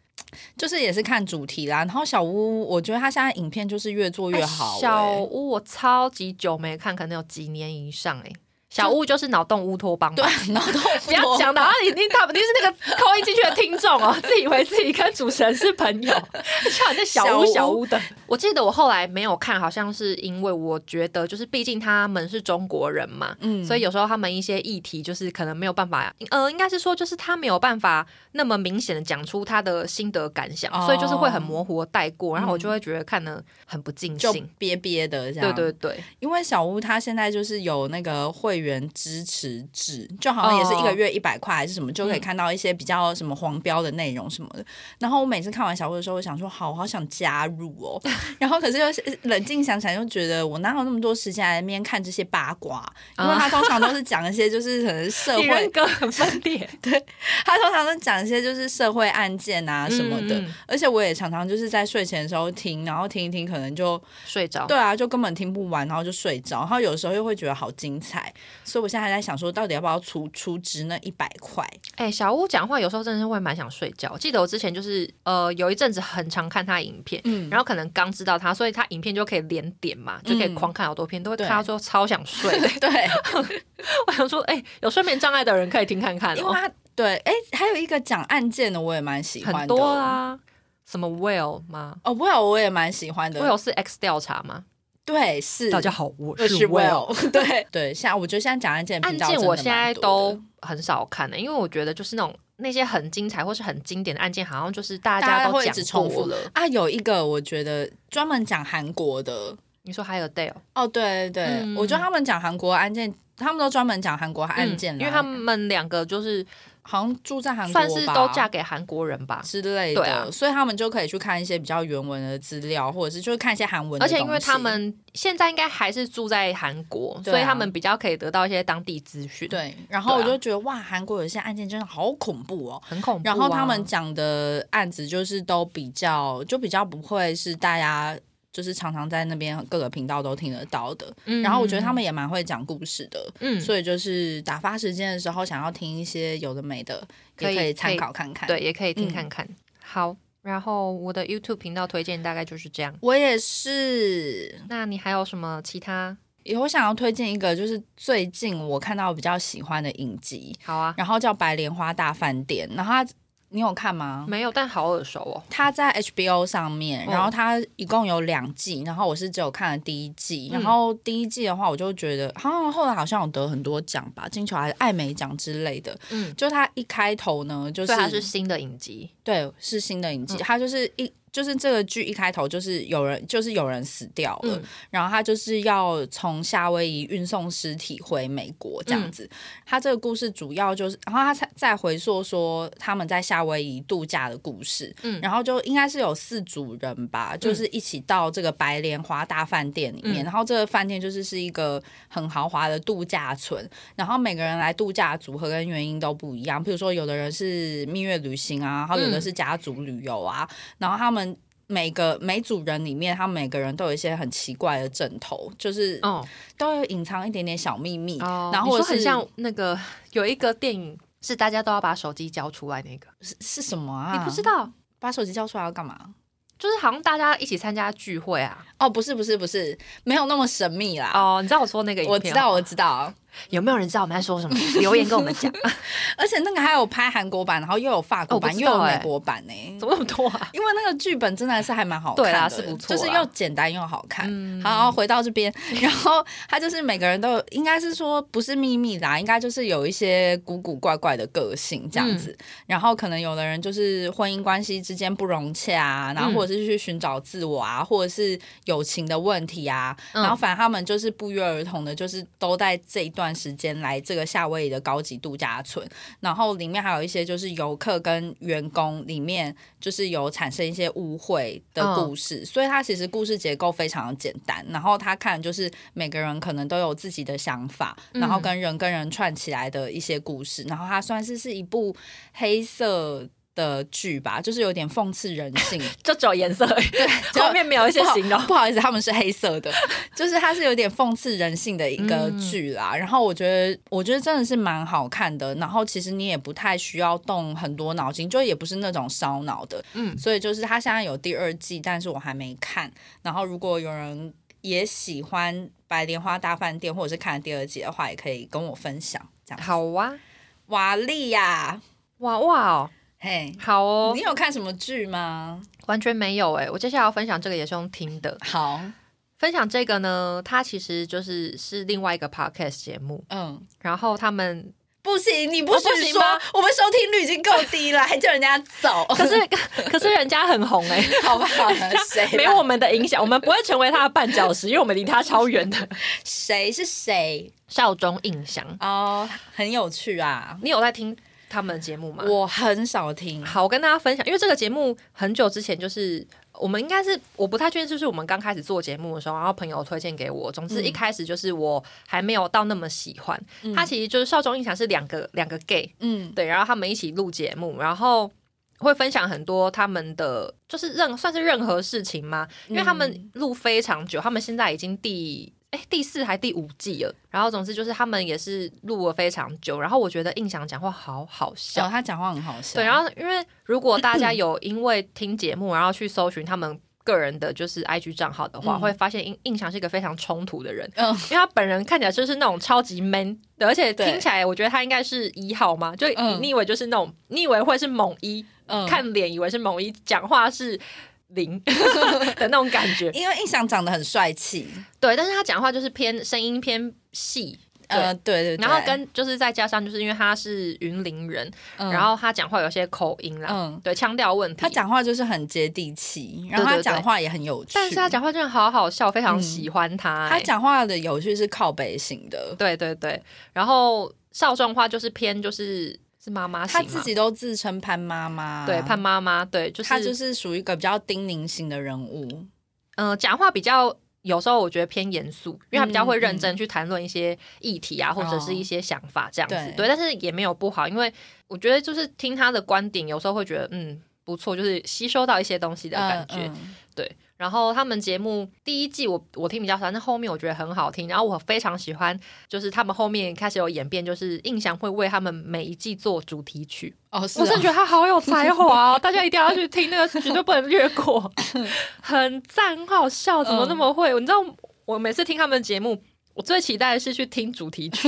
Speaker 2: 就是也是看主题啦。然后小屋，我觉得他现在影片就是越做越
Speaker 1: 哎
Speaker 2: 好、哎
Speaker 1: 小屋我超级久没看，可能有几年以上诶、小屋就是脑洞乌托邦吧，
Speaker 2: 对，啊然后都
Speaker 1: 不要讲的，啊！你你他肯定是那个扣音进去的听众哦， 自以为自己跟主持人是朋 友，叫你那小屋小屋的。我记得我后来没有看，好像是因为我觉得，就是毕竟他们是中国人嘛，
Speaker 2: 嗯
Speaker 1: 所以有时候他们一些议题就是可能没有办法，呃，应该是说就是他没有办法那么明显的讲出他的心得感想，
Speaker 2: 哦
Speaker 1: 所以就是会很模糊的带过，然后我
Speaker 2: 嗯
Speaker 1: 就会觉得看得很不尽
Speaker 2: 就
Speaker 1: 兴。
Speaker 2: 憋憋的这样。
Speaker 1: 对对对，
Speaker 2: 因为小屋它现在就是有那个会会员支持制，就好像也是
Speaker 1: 哦
Speaker 2: 一个月一百块还是什么，就可
Speaker 1: 嗯
Speaker 2: 以看到一些比较什么黄标的内容什么的。然后我每次看完小慧的时候，我想说，好，我好想加入 哦。然后可是又冷静想想，又觉得我哪有那么多时间来那边看这些八卦？因为他通常 都是讲一些就是可能社
Speaker 1: 你哦人
Speaker 2: 会，
Speaker 1: 格很分 裂，
Speaker 2: 他通常都讲一些就是社会案件啊什么的。
Speaker 1: 嗯嗯嗯
Speaker 2: 而且我也常常就是在睡前的时候听，然后听一听，可能就
Speaker 1: 睡着。
Speaker 2: 对啊，就根本听不完，然后就睡着。然后有时候又会觉得好精彩，所以我现在还在想说，到底要不要出出值那一百块？
Speaker 1: 哎、小屋讲话有时候真的是会蛮想睡觉。记得我之前就是呃有一阵子很常看他影片，
Speaker 2: 嗯
Speaker 1: 然后可能刚知道他，所以他影片就可以连点嘛，就可以
Speaker 2: 嗯
Speaker 1: 狂看好多片，都会
Speaker 2: 对
Speaker 1: 看到最后超想睡的。
Speaker 2: 对，
Speaker 1: 我想说，哎、有睡眠障碍的人可以听看看
Speaker 2: 因
Speaker 1: 哦
Speaker 2: 为，他对，哎、还有一个讲案件的，我也蛮喜欢的。
Speaker 1: 很多啊，什么 Will 吗
Speaker 2: 哦，我有，我也蛮喜欢的。
Speaker 1: ？Will 是 X 调查吗？
Speaker 2: 对是，
Speaker 1: 大家好，我
Speaker 2: 我
Speaker 1: 是
Speaker 2: 是
Speaker 1: Will。
Speaker 2: Will，对 对，现在我觉得现在讲案件的
Speaker 1: 案
Speaker 2: 频道
Speaker 1: 件
Speaker 2: 真的
Speaker 1: 我现在
Speaker 2: 蛮多
Speaker 1: 都
Speaker 2: 的
Speaker 1: 很少看了、因为我觉得就是那种那些很精彩或是很经典的案件，好像就是大
Speaker 2: 大
Speaker 1: 家
Speaker 2: 家
Speaker 1: 都
Speaker 2: 会一
Speaker 1: 讲
Speaker 2: 直重
Speaker 1: 过
Speaker 2: 复
Speaker 1: 了。
Speaker 2: 啊，有一个我觉得专门讲韩国的，
Speaker 1: 你说还有 Dale，
Speaker 2: 哦，对对，
Speaker 1: 嗯
Speaker 2: 我觉得他们讲韩国案件，他们都专门讲韩国案
Speaker 1: 嗯
Speaker 2: 件啦、
Speaker 1: 因为他们两个就是
Speaker 2: 好像住在韩国吧，
Speaker 1: 算是都嫁给韩国人吧。
Speaker 2: 之类的，
Speaker 1: 对啊
Speaker 2: 所以他们就可以去看一些比较原文的资料，或者是就是看一些韩文的
Speaker 1: 而
Speaker 2: 东西。
Speaker 1: 且因为他们现在应该还是住在韩国，
Speaker 2: 对啊
Speaker 1: 所以他们比较可以得到一些当地资讯，，
Speaker 2: 对，然后我
Speaker 1: 对啊
Speaker 2: 就觉得、哇，韩国有一些案件真的好恐怖哦。
Speaker 1: 很恐怖啊、
Speaker 2: 然后他们讲的案子就是都比较，就比较不会是大家就是常常在那边各个频道都听得到的。
Speaker 1: 嗯，
Speaker 2: 然后我觉得他们也蛮会讲故事的，
Speaker 1: 嗯，
Speaker 2: 所以就是打发时间的时候，想要听一些有的没的，
Speaker 1: 可以
Speaker 2: 也可以参考看看。
Speaker 1: 对，也可以
Speaker 2: 嗯
Speaker 1: 听看看。好，然后我的 YouTube 频道推荐大概就是这样。
Speaker 2: 我也是，
Speaker 1: 那你还有什么其他？
Speaker 2: 也我想要推荐一个，就是最近我看到比较喜欢的影集，
Speaker 1: 好啊，
Speaker 2: 然后叫《白莲花大饭店》，然后它你有看吗？
Speaker 1: 没有，但好耳熟哦。
Speaker 2: 它在 HBO 上面，
Speaker 1: 嗯
Speaker 2: 然后它一共有两季，然后我是只有看了第一季，
Speaker 1: 嗯
Speaker 2: 然后第一季的话，我就觉得好像后来好像有得很多奖吧，金球还是艾美奖之类的。
Speaker 1: 嗯，
Speaker 2: 就它一开头呢，就
Speaker 1: 所以它是新的影集。
Speaker 2: 对，是新的影集，
Speaker 1: 嗯
Speaker 2: 它就是一。就是这个剧一开头就是有人就是有人死掉了，
Speaker 1: 嗯
Speaker 2: 然后他就是要从夏威夷运送尸体回美国这
Speaker 1: 嗯
Speaker 2: 样子。他这个故事主要就是，然后他才再回溯说他们在夏威夷度假的故事，
Speaker 1: 嗯
Speaker 2: 然后就应该是有四组人吧，就是一起到这个白莲花大饭店里面，
Speaker 1: 嗯
Speaker 2: 然后这个饭店就是是一个很豪华的度假村，然后每个人来度假的组合跟原因都不一样，比如说有的人是蜜月旅行啊，然后有的是家族旅游啊，
Speaker 1: 嗯
Speaker 2: 然后他们。每个每组人里面，他们每个人都有一些很奇怪的枕头，就是
Speaker 1: 哦
Speaker 2: 都有隐藏一点点小秘密，
Speaker 1: 哦，
Speaker 2: 嗯然后
Speaker 1: 你
Speaker 2: 或
Speaker 1: 说
Speaker 2: 者是
Speaker 1: 很像那个有一个电影是大家都要把手机交出来那个，
Speaker 2: 是是什么啊？
Speaker 1: 你不知道？
Speaker 2: 把手机交出来要干嘛？
Speaker 1: 就是好像大家一起参加聚会啊。
Speaker 2: 哦，不是不是不是，没有那么神秘啦。
Speaker 1: 哦，你知道我说那个影
Speaker 2: 我
Speaker 1: 片哦
Speaker 2: 知道，我知道，
Speaker 1: 有没有人知道我们在说什么？ 留言跟我们讲，
Speaker 2: 而且那个还有拍韩国版，然后又有法国
Speaker 1: 哦
Speaker 2: 版，
Speaker 1: 我不知
Speaker 2: 又
Speaker 1: 道
Speaker 2: 有美
Speaker 1: 欸
Speaker 2: 国版呢、
Speaker 1: 怎么那么多啊？
Speaker 2: 因为那个剧本真的是还蛮好看的，
Speaker 1: 对啦是不错啦
Speaker 2: 就是又简单又好看。
Speaker 1: 嗯
Speaker 2: 好，回到这边，然后他就是每个人都有，应该是说不是秘密啦，应该就是有一些古古怪怪的个性这样子。
Speaker 1: 嗯
Speaker 2: 然后可能有的人就是婚姻关系之间不融洽啊，
Speaker 1: 嗯
Speaker 2: 然后或者是去寻找自我啊，或者是友情的问题啊，
Speaker 1: 嗯
Speaker 2: 然后反正他们就是不约而同的，就是都在这一段时间来这个夏威夷的高级度假村。然后里面还有一些就是游客跟员工里面就是有产生一些误会的故
Speaker 1: 嗯
Speaker 2: 事，所以它其实故事结构非常简单。然后他看就是每个人可能都有自己的想法，
Speaker 1: 嗯
Speaker 2: 然后跟人跟人串起来的一些故事。然后它算是是一部黑色。的剧吧，就是有点讽刺人 性，
Speaker 1: 就只有颜色 而已，后面没有一些形容
Speaker 2: 哦不好。不好意思，他们是黑色的，就是它是有点讽刺人性的一个剧啦。然后我觉得，我觉得真的是蛮好看的。然后其实你也不太需要动很多脑筋，就也不是那种烧脑的。
Speaker 1: 嗯
Speaker 2: 所以就是它现在有第二季，但是我还没看。然后如果有人也喜欢《白莲花大饭店》或者是看了第二季的话，也可以跟我分享。这样，
Speaker 1: 好啊，
Speaker 2: 瓦力呀、
Speaker 1: 哇哇哦，
Speaker 2: 嘿。
Speaker 1: 好哦
Speaker 2: 你，有看什么剧吗？
Speaker 1: 完全没有哎。我接下来要分享这个也是用听的，
Speaker 2: 好，
Speaker 1: 分享这个呢，它其实就是是另外一个 podcast 节目，
Speaker 2: 嗯，
Speaker 1: 然后他们
Speaker 2: 不行，你不
Speaker 1: 哦不
Speaker 2: 许
Speaker 1: 行
Speaker 2: 说
Speaker 1: 吗，
Speaker 2: 我们收听率已经够 低了，还叫人家走，
Speaker 1: 可是 可是人家很红 哎、
Speaker 2: 好不 好？谁
Speaker 1: 没
Speaker 2: 啦
Speaker 1: 有我们的影响，我们不会成为他的绊脚石，因为我们离他超远 的。
Speaker 2: 谁是谁
Speaker 1: 少中印象，
Speaker 2: 哦，很有趣啊！
Speaker 1: 你有在听他们的节目吗？
Speaker 2: 我很少听，
Speaker 1: 好，我跟大家分享，因为这个节目很久之前就是我们应该是我不太确定，就是我们刚开始做节目的时候，然后朋友推荐给我。总之一开始就是我还没有到那么喜欢。他其实就是少中印象是两个两个 gay
Speaker 2: 嗯
Speaker 1: 对，然后他们一起录节目，然后。会分享很多他们的，就是任算是任何事情吗？因为他们录非常久，他们现在已经第哎第四还第五季了。然后总之就是他们也是录了非常久。然后我觉得印象讲话好好笑，
Speaker 2: 哦，他讲话很好笑，
Speaker 1: 对，然后因为如果大 家有因为听节目，然后去搜寻他们个人的就是 IG 账号的话，
Speaker 2: 嗯
Speaker 1: 会发现印印象是一个非常冲突的人，
Speaker 2: 嗯
Speaker 1: 因为他本人看起来就是那种超级 man 的，而且
Speaker 2: 对
Speaker 1: 听起来我觉得他应该是一号嘛，就
Speaker 2: 嗯
Speaker 1: 你以为就是那种，你以为会是猛一，
Speaker 2: 嗯
Speaker 1: 看脸以为是猛一，讲话是。 零的那种感觉，
Speaker 2: 因为印象长得很帅气，
Speaker 1: 对，但是他讲话就是偏声音偏细，
Speaker 2: 呃，对对，对
Speaker 1: 然后跟就是再加上就是因为他是云林人，
Speaker 2: 嗯
Speaker 1: 然后他讲话有些口音啦，
Speaker 2: 嗯。
Speaker 1: 对腔调问题，
Speaker 2: 他讲话就是很接地气，然后
Speaker 1: 对对
Speaker 2: 他
Speaker 1: 对
Speaker 2: 讲话也很有趣。
Speaker 1: 但是他讲话真的好好笑，非常喜欢他、欸
Speaker 2: 嗯他讲话的有趣是靠北型的，
Speaker 1: 对对对，然后少壮话就是偏就是是妈妈型
Speaker 2: 他
Speaker 1: 嘛，
Speaker 2: 自己都自称潘妈妈，
Speaker 1: 对潘妈妈，对就是
Speaker 2: 他就是属于一个比较叮咛型的人物。
Speaker 1: 嗯、呃讲话比较。有时候我觉得偏严肃，因为他比较会
Speaker 2: 嗯嗯哦
Speaker 1: 认真去谈论一些议题啊，或者是一些想法这样子。
Speaker 2: 对
Speaker 1: 对，但是也没有不好，因为我觉得就是听他的观点，有时候会觉得嗯不错，就是吸收到一些东西的感觉。
Speaker 2: 嗯嗯
Speaker 1: 对，然后他们节目第一季我我听比较少，但后面我觉得很好听，然后我非常喜欢，就是他们后面开始有演变，就是印象会为他们每一季做主题曲，
Speaker 2: 哦，是
Speaker 1: 我真
Speaker 2: 哦
Speaker 1: 的觉得他好有 才华哦，大家一定要去听那个，绝对不能略过，很赞，很好笑，怎么那
Speaker 2: 嗯
Speaker 1: 么会？你知道我每次听他们节目。我最期待的是去听主题 曲，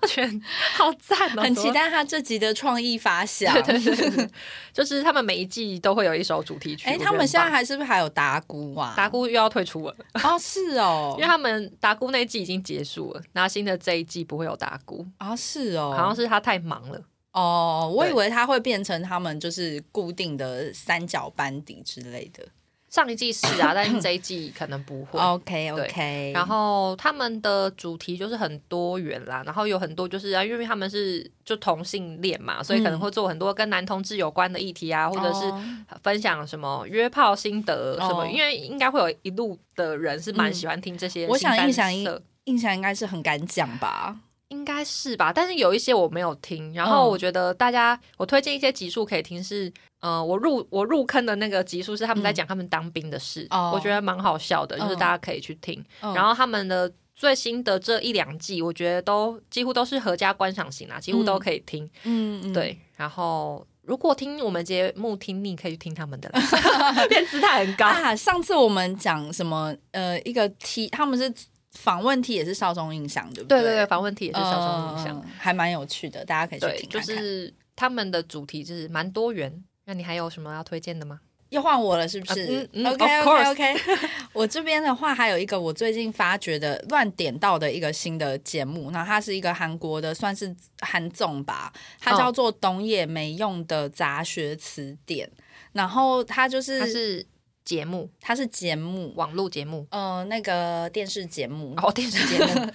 Speaker 1: 我觉得好赞哦！
Speaker 2: 很
Speaker 1: 怎么
Speaker 2: 期，待他这集的创意发想。
Speaker 1: 对对对对，就是他们每一季都会有一首主题曲。
Speaker 2: 哎，
Speaker 1: 我觉
Speaker 2: 他
Speaker 1: 得
Speaker 2: 们
Speaker 1: 很
Speaker 2: 现在
Speaker 1: 棒
Speaker 2: 还是不是还有达姑啊？
Speaker 1: 达姑又要退出了，
Speaker 2: 哦，是哦
Speaker 1: 因为，他们打鼓那一季已经结束了，那新的这一季不会有打鼓，
Speaker 2: 啊是哦，
Speaker 1: 好像是他太忙了。
Speaker 2: 哦，我以
Speaker 1: 对
Speaker 2: 为他会变成他们就是固定的三角班底之类的。
Speaker 1: 上一季是 啊，但是这一季可能不会。
Speaker 2: OK 哦 OK，
Speaker 1: 然后他们的主题就是很多元啦，然后有很多就是啊，因为他们是就同性恋嘛，所以可能会做很多跟男同志有关的议题啊，或者是
Speaker 2: 嗯哦
Speaker 1: 分享什么约炮心得什么，
Speaker 2: 哦嗯
Speaker 1: 因为应该会有一路的人是蛮喜欢听这些
Speaker 2: 我
Speaker 1: 新三色。
Speaker 2: 想一想一印象应该是很敢讲吧？
Speaker 1: 应该是吧，但是有一些我没有听，然
Speaker 2: 嗯
Speaker 1: 后我觉得大家，我推荐一些集数可以听是，呃，我入我入坑的那个集数是他们在讲他们当兵的事，
Speaker 2: 嗯哦
Speaker 1: 我觉得蛮好笑的，就是大家可以去听。
Speaker 2: 嗯
Speaker 1: 然后他们的最新的这一两季，我觉得都几乎都是合家观赏型啦，几乎都可以听。
Speaker 2: 嗯，嗯，
Speaker 1: 对，然后如果听我们节目听腻，可以去听他们的 啦，变姿态很高。
Speaker 2: 啊，上次我们讲什么？呃，一个 T，他们是访问 T，也是少中印象，对不
Speaker 1: 对
Speaker 2: 对
Speaker 1: 对对，访问题也是小众影响。
Speaker 2: 嗯还蛮有趣的，大家可以去
Speaker 1: 对，
Speaker 2: 听
Speaker 1: 就
Speaker 2: 看看。
Speaker 1: 是他们的主题就是蛮多元。那你还有什么要推荐的吗？
Speaker 2: 又换我了，是不
Speaker 1: 啊嗯
Speaker 2: 是、
Speaker 1: 嗯
Speaker 2: o k
Speaker 1: of
Speaker 2: OK OK，我 这边的话还有一个我最近发掘的乱点到的一个新的节目，然后它是一个韩国的，算是韩综吧，它
Speaker 1: 哦
Speaker 2: 叫做《懂也没用的杂学词典》，然后它就是
Speaker 1: 它是节目，
Speaker 2: 它是节目。
Speaker 1: 网络节目，
Speaker 2: 呃，那个电视节目，
Speaker 1: 然后电视节 目。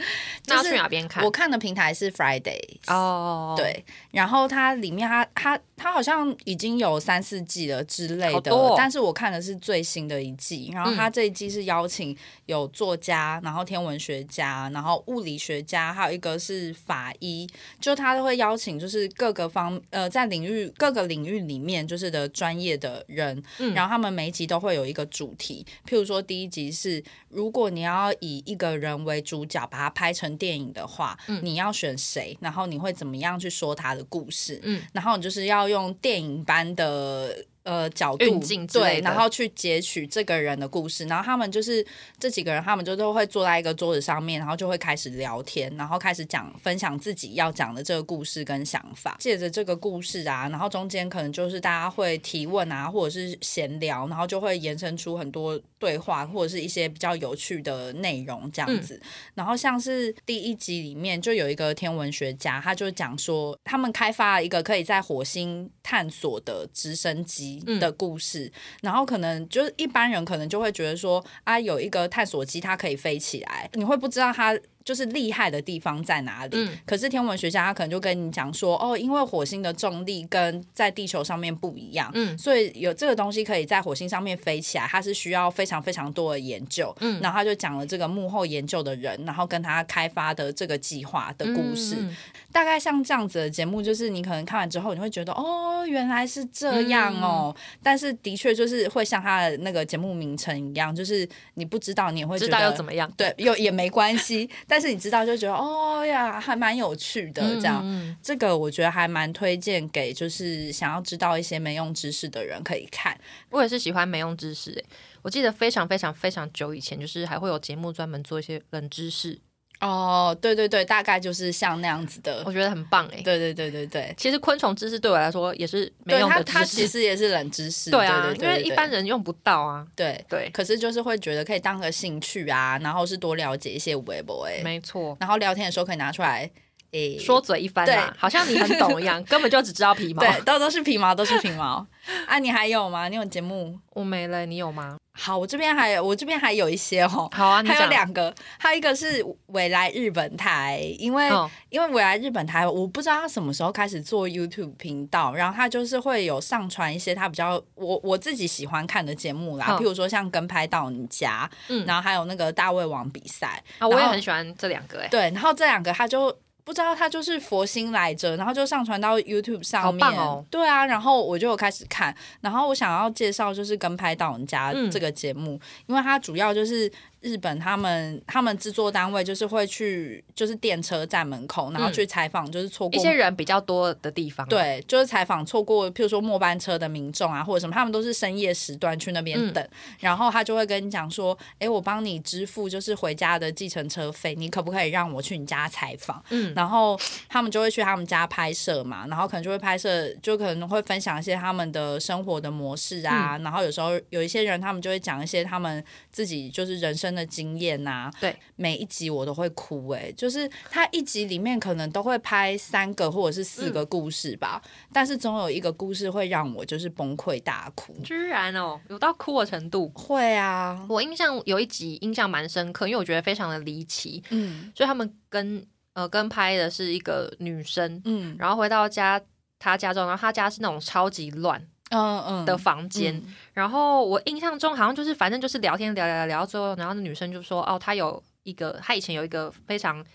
Speaker 1: 那要去哪边看
Speaker 2: 我？看的平台是 Friday，、
Speaker 1: 哦，，
Speaker 2: 对，然后它里面它它它好像已经有三四季了之类
Speaker 1: 好
Speaker 2: 的，
Speaker 1: 多哦嗯
Speaker 2: 但是我看的是最新的一季，然后它这一季是邀请有作家，然后天文学家，然后物理学家，还有一个是法医，就他都会邀请就是各个方呃在领域各个领域里面就是的专业的人，
Speaker 1: 嗯
Speaker 2: 然后他们每一集都会有一个主题，譬如说第一集是如果你要以一个人为主角把它拍成电影的话，
Speaker 1: 嗯
Speaker 2: 你要选谁，然后你会怎么样去说他的故事，
Speaker 1: 嗯
Speaker 2: 然后你就是要用电影般的。呃角
Speaker 1: 运
Speaker 2: 度
Speaker 1: 镜，之类
Speaker 2: 对，
Speaker 1: 的
Speaker 2: 然后去截取这个人的故事，然后他们就是这几个人，他们就都会坐在一个桌子上面，然后就会开始聊天，然后开始讲分享自己要讲的这个故事跟想法，借着这个故事啊，然后中间可能就是大家会提问啊，或者是闲聊，然后就会延伸出很多对话或者是一些比较有趣的内容这样子。然后像是第一集里面就有一个天文学家，他就讲说他们开发了一个可以在火星探索的直升机的故事，然后可能就是一般人可能就会觉得说啊，有一个探索机它可以飞起来，你会不知道它。就是厉害的地方在哪里？
Speaker 1: 嗯
Speaker 2: 可是天文学家他可能就跟你讲说，哦，因为火星的重力跟在地球上面不一样，
Speaker 1: 嗯
Speaker 2: 所以有这个东西可以在火星上面飞起来，它是需要非常非常多的研究。
Speaker 1: 嗯
Speaker 2: 然后他就讲了这个幕后研究的人，然后跟他开发的这个计划的故事。
Speaker 1: 嗯
Speaker 2: 大概像这样子的节目，就是你可能看完之后，你会觉得哦，原来是这样
Speaker 1: 嗯
Speaker 2: 哦。但是的确就是会像他的那个节目名称一样，就是你不知道，你也会觉
Speaker 1: 知
Speaker 2: 得
Speaker 1: 道又怎么样？
Speaker 2: 对，又也没关系。但是你知道就觉得哦呀，还蛮有趣的这样。
Speaker 1: 嗯
Speaker 2: 这个我觉得还蛮推荐给就是想要知道一些没用知识的人可以看。
Speaker 1: 我也是喜欢没用知识、欸。我记得非常非常非常久以前，就是还会有节目专门做一些冷知识，
Speaker 2: 哦，对对对，大概就是像那样子的
Speaker 1: 我。觉得很棒哎、
Speaker 2: 对对对对对，
Speaker 1: 其实昆虫知识对我来说也是没
Speaker 2: 对
Speaker 1: 用
Speaker 2: 它
Speaker 1: 的
Speaker 2: 它
Speaker 1: 知
Speaker 2: 其
Speaker 1: 识，
Speaker 2: 实也是冷知识。
Speaker 1: 对啊，
Speaker 2: 对对
Speaker 1: 因
Speaker 2: 对
Speaker 1: 为
Speaker 2: 对
Speaker 1: 一般人用不到啊。
Speaker 2: 对。
Speaker 1: 对，
Speaker 2: 可是就是会觉得可以当个兴趣啊，然后是多了解一些微博哎，
Speaker 1: 没错，
Speaker 2: 然后聊天的时候可以拿出来诶
Speaker 1: 说嘴一番啦，
Speaker 2: 对
Speaker 1: 好像你很懂 一样，根本就只知道皮毛。
Speaker 2: 对，都都是皮毛，都是皮毛。啊，你还有吗？你有节目？
Speaker 1: 我没了，你有吗？
Speaker 2: 好，我这边还有，我这边还有一些哦，
Speaker 1: 好啊，你
Speaker 2: 还有
Speaker 1: 讲。
Speaker 2: 两个，还有一个是未来日本台，因为、
Speaker 1: 哦，
Speaker 2: 因为未来日本台，我不知道他什么时候开始做 YouTube 频道，然后他就是会有上传一些他比较我我自己喜欢看的节目啦，
Speaker 1: 嗯
Speaker 2: 譬如说像《跟拍到你家》，
Speaker 1: 嗯
Speaker 2: 然后还有那个大胃王比赛，
Speaker 1: 啊，我也
Speaker 2: 然后
Speaker 1: 很喜欢这两个哎、
Speaker 2: 对，然后这两个他就。不知道他就是佛心来着，然后就上传到 YouTube 上面。
Speaker 1: 好棒哦
Speaker 2: 对啊，然后我就有开始看，然后我想要介绍就是《跟拍到人家
Speaker 1: 嗯》
Speaker 2: 这个节目，因为它主要就是日本他们他们制作单位就是会去就是电车站门口，然后去采访就是错
Speaker 1: 嗯
Speaker 2: 过
Speaker 1: 一些人比较多的地方、，啊
Speaker 2: 对，就是采访错过，譬如说末班车的民众啊，或者什么，他们都是深夜时段去那边等，然后他就会跟你讲说：“诶，我帮你支付就是回家的计程车费，你可不可以让我去你家采访？”
Speaker 1: 嗯
Speaker 2: 然后他们就会去他们家拍摄嘛，然后可能就会拍摄，就可能会分享一些他们的生活的模式
Speaker 1: 嗯
Speaker 2: 啊，然后有时候有一些人他们就会讲一些他们自己就是人生的经验呐、
Speaker 1: 对，
Speaker 2: 每一集我都会哭诶、就是他一集里面可能都会拍三个或者是四个故事吧，
Speaker 1: 嗯
Speaker 2: 但是总有一个故事会让我就是崩溃大哭。
Speaker 1: 居然哦，有到哭的程度。
Speaker 2: 会啊，
Speaker 1: 我印象有一集印象蛮深刻，因为我觉得非常的离奇，
Speaker 2: 嗯
Speaker 1: 就他们跟呃跟拍的是一个女生，
Speaker 2: 嗯
Speaker 1: 然后回到家她家中，然后她家是那种超级乱
Speaker 2: 嗯嗯
Speaker 1: 的房间，
Speaker 2: 嗯
Speaker 1: 然后我印象中好像就是反正就是聊天聊聊聊聊到最后，然后那女生就说哦，她有一个她以前有一个非常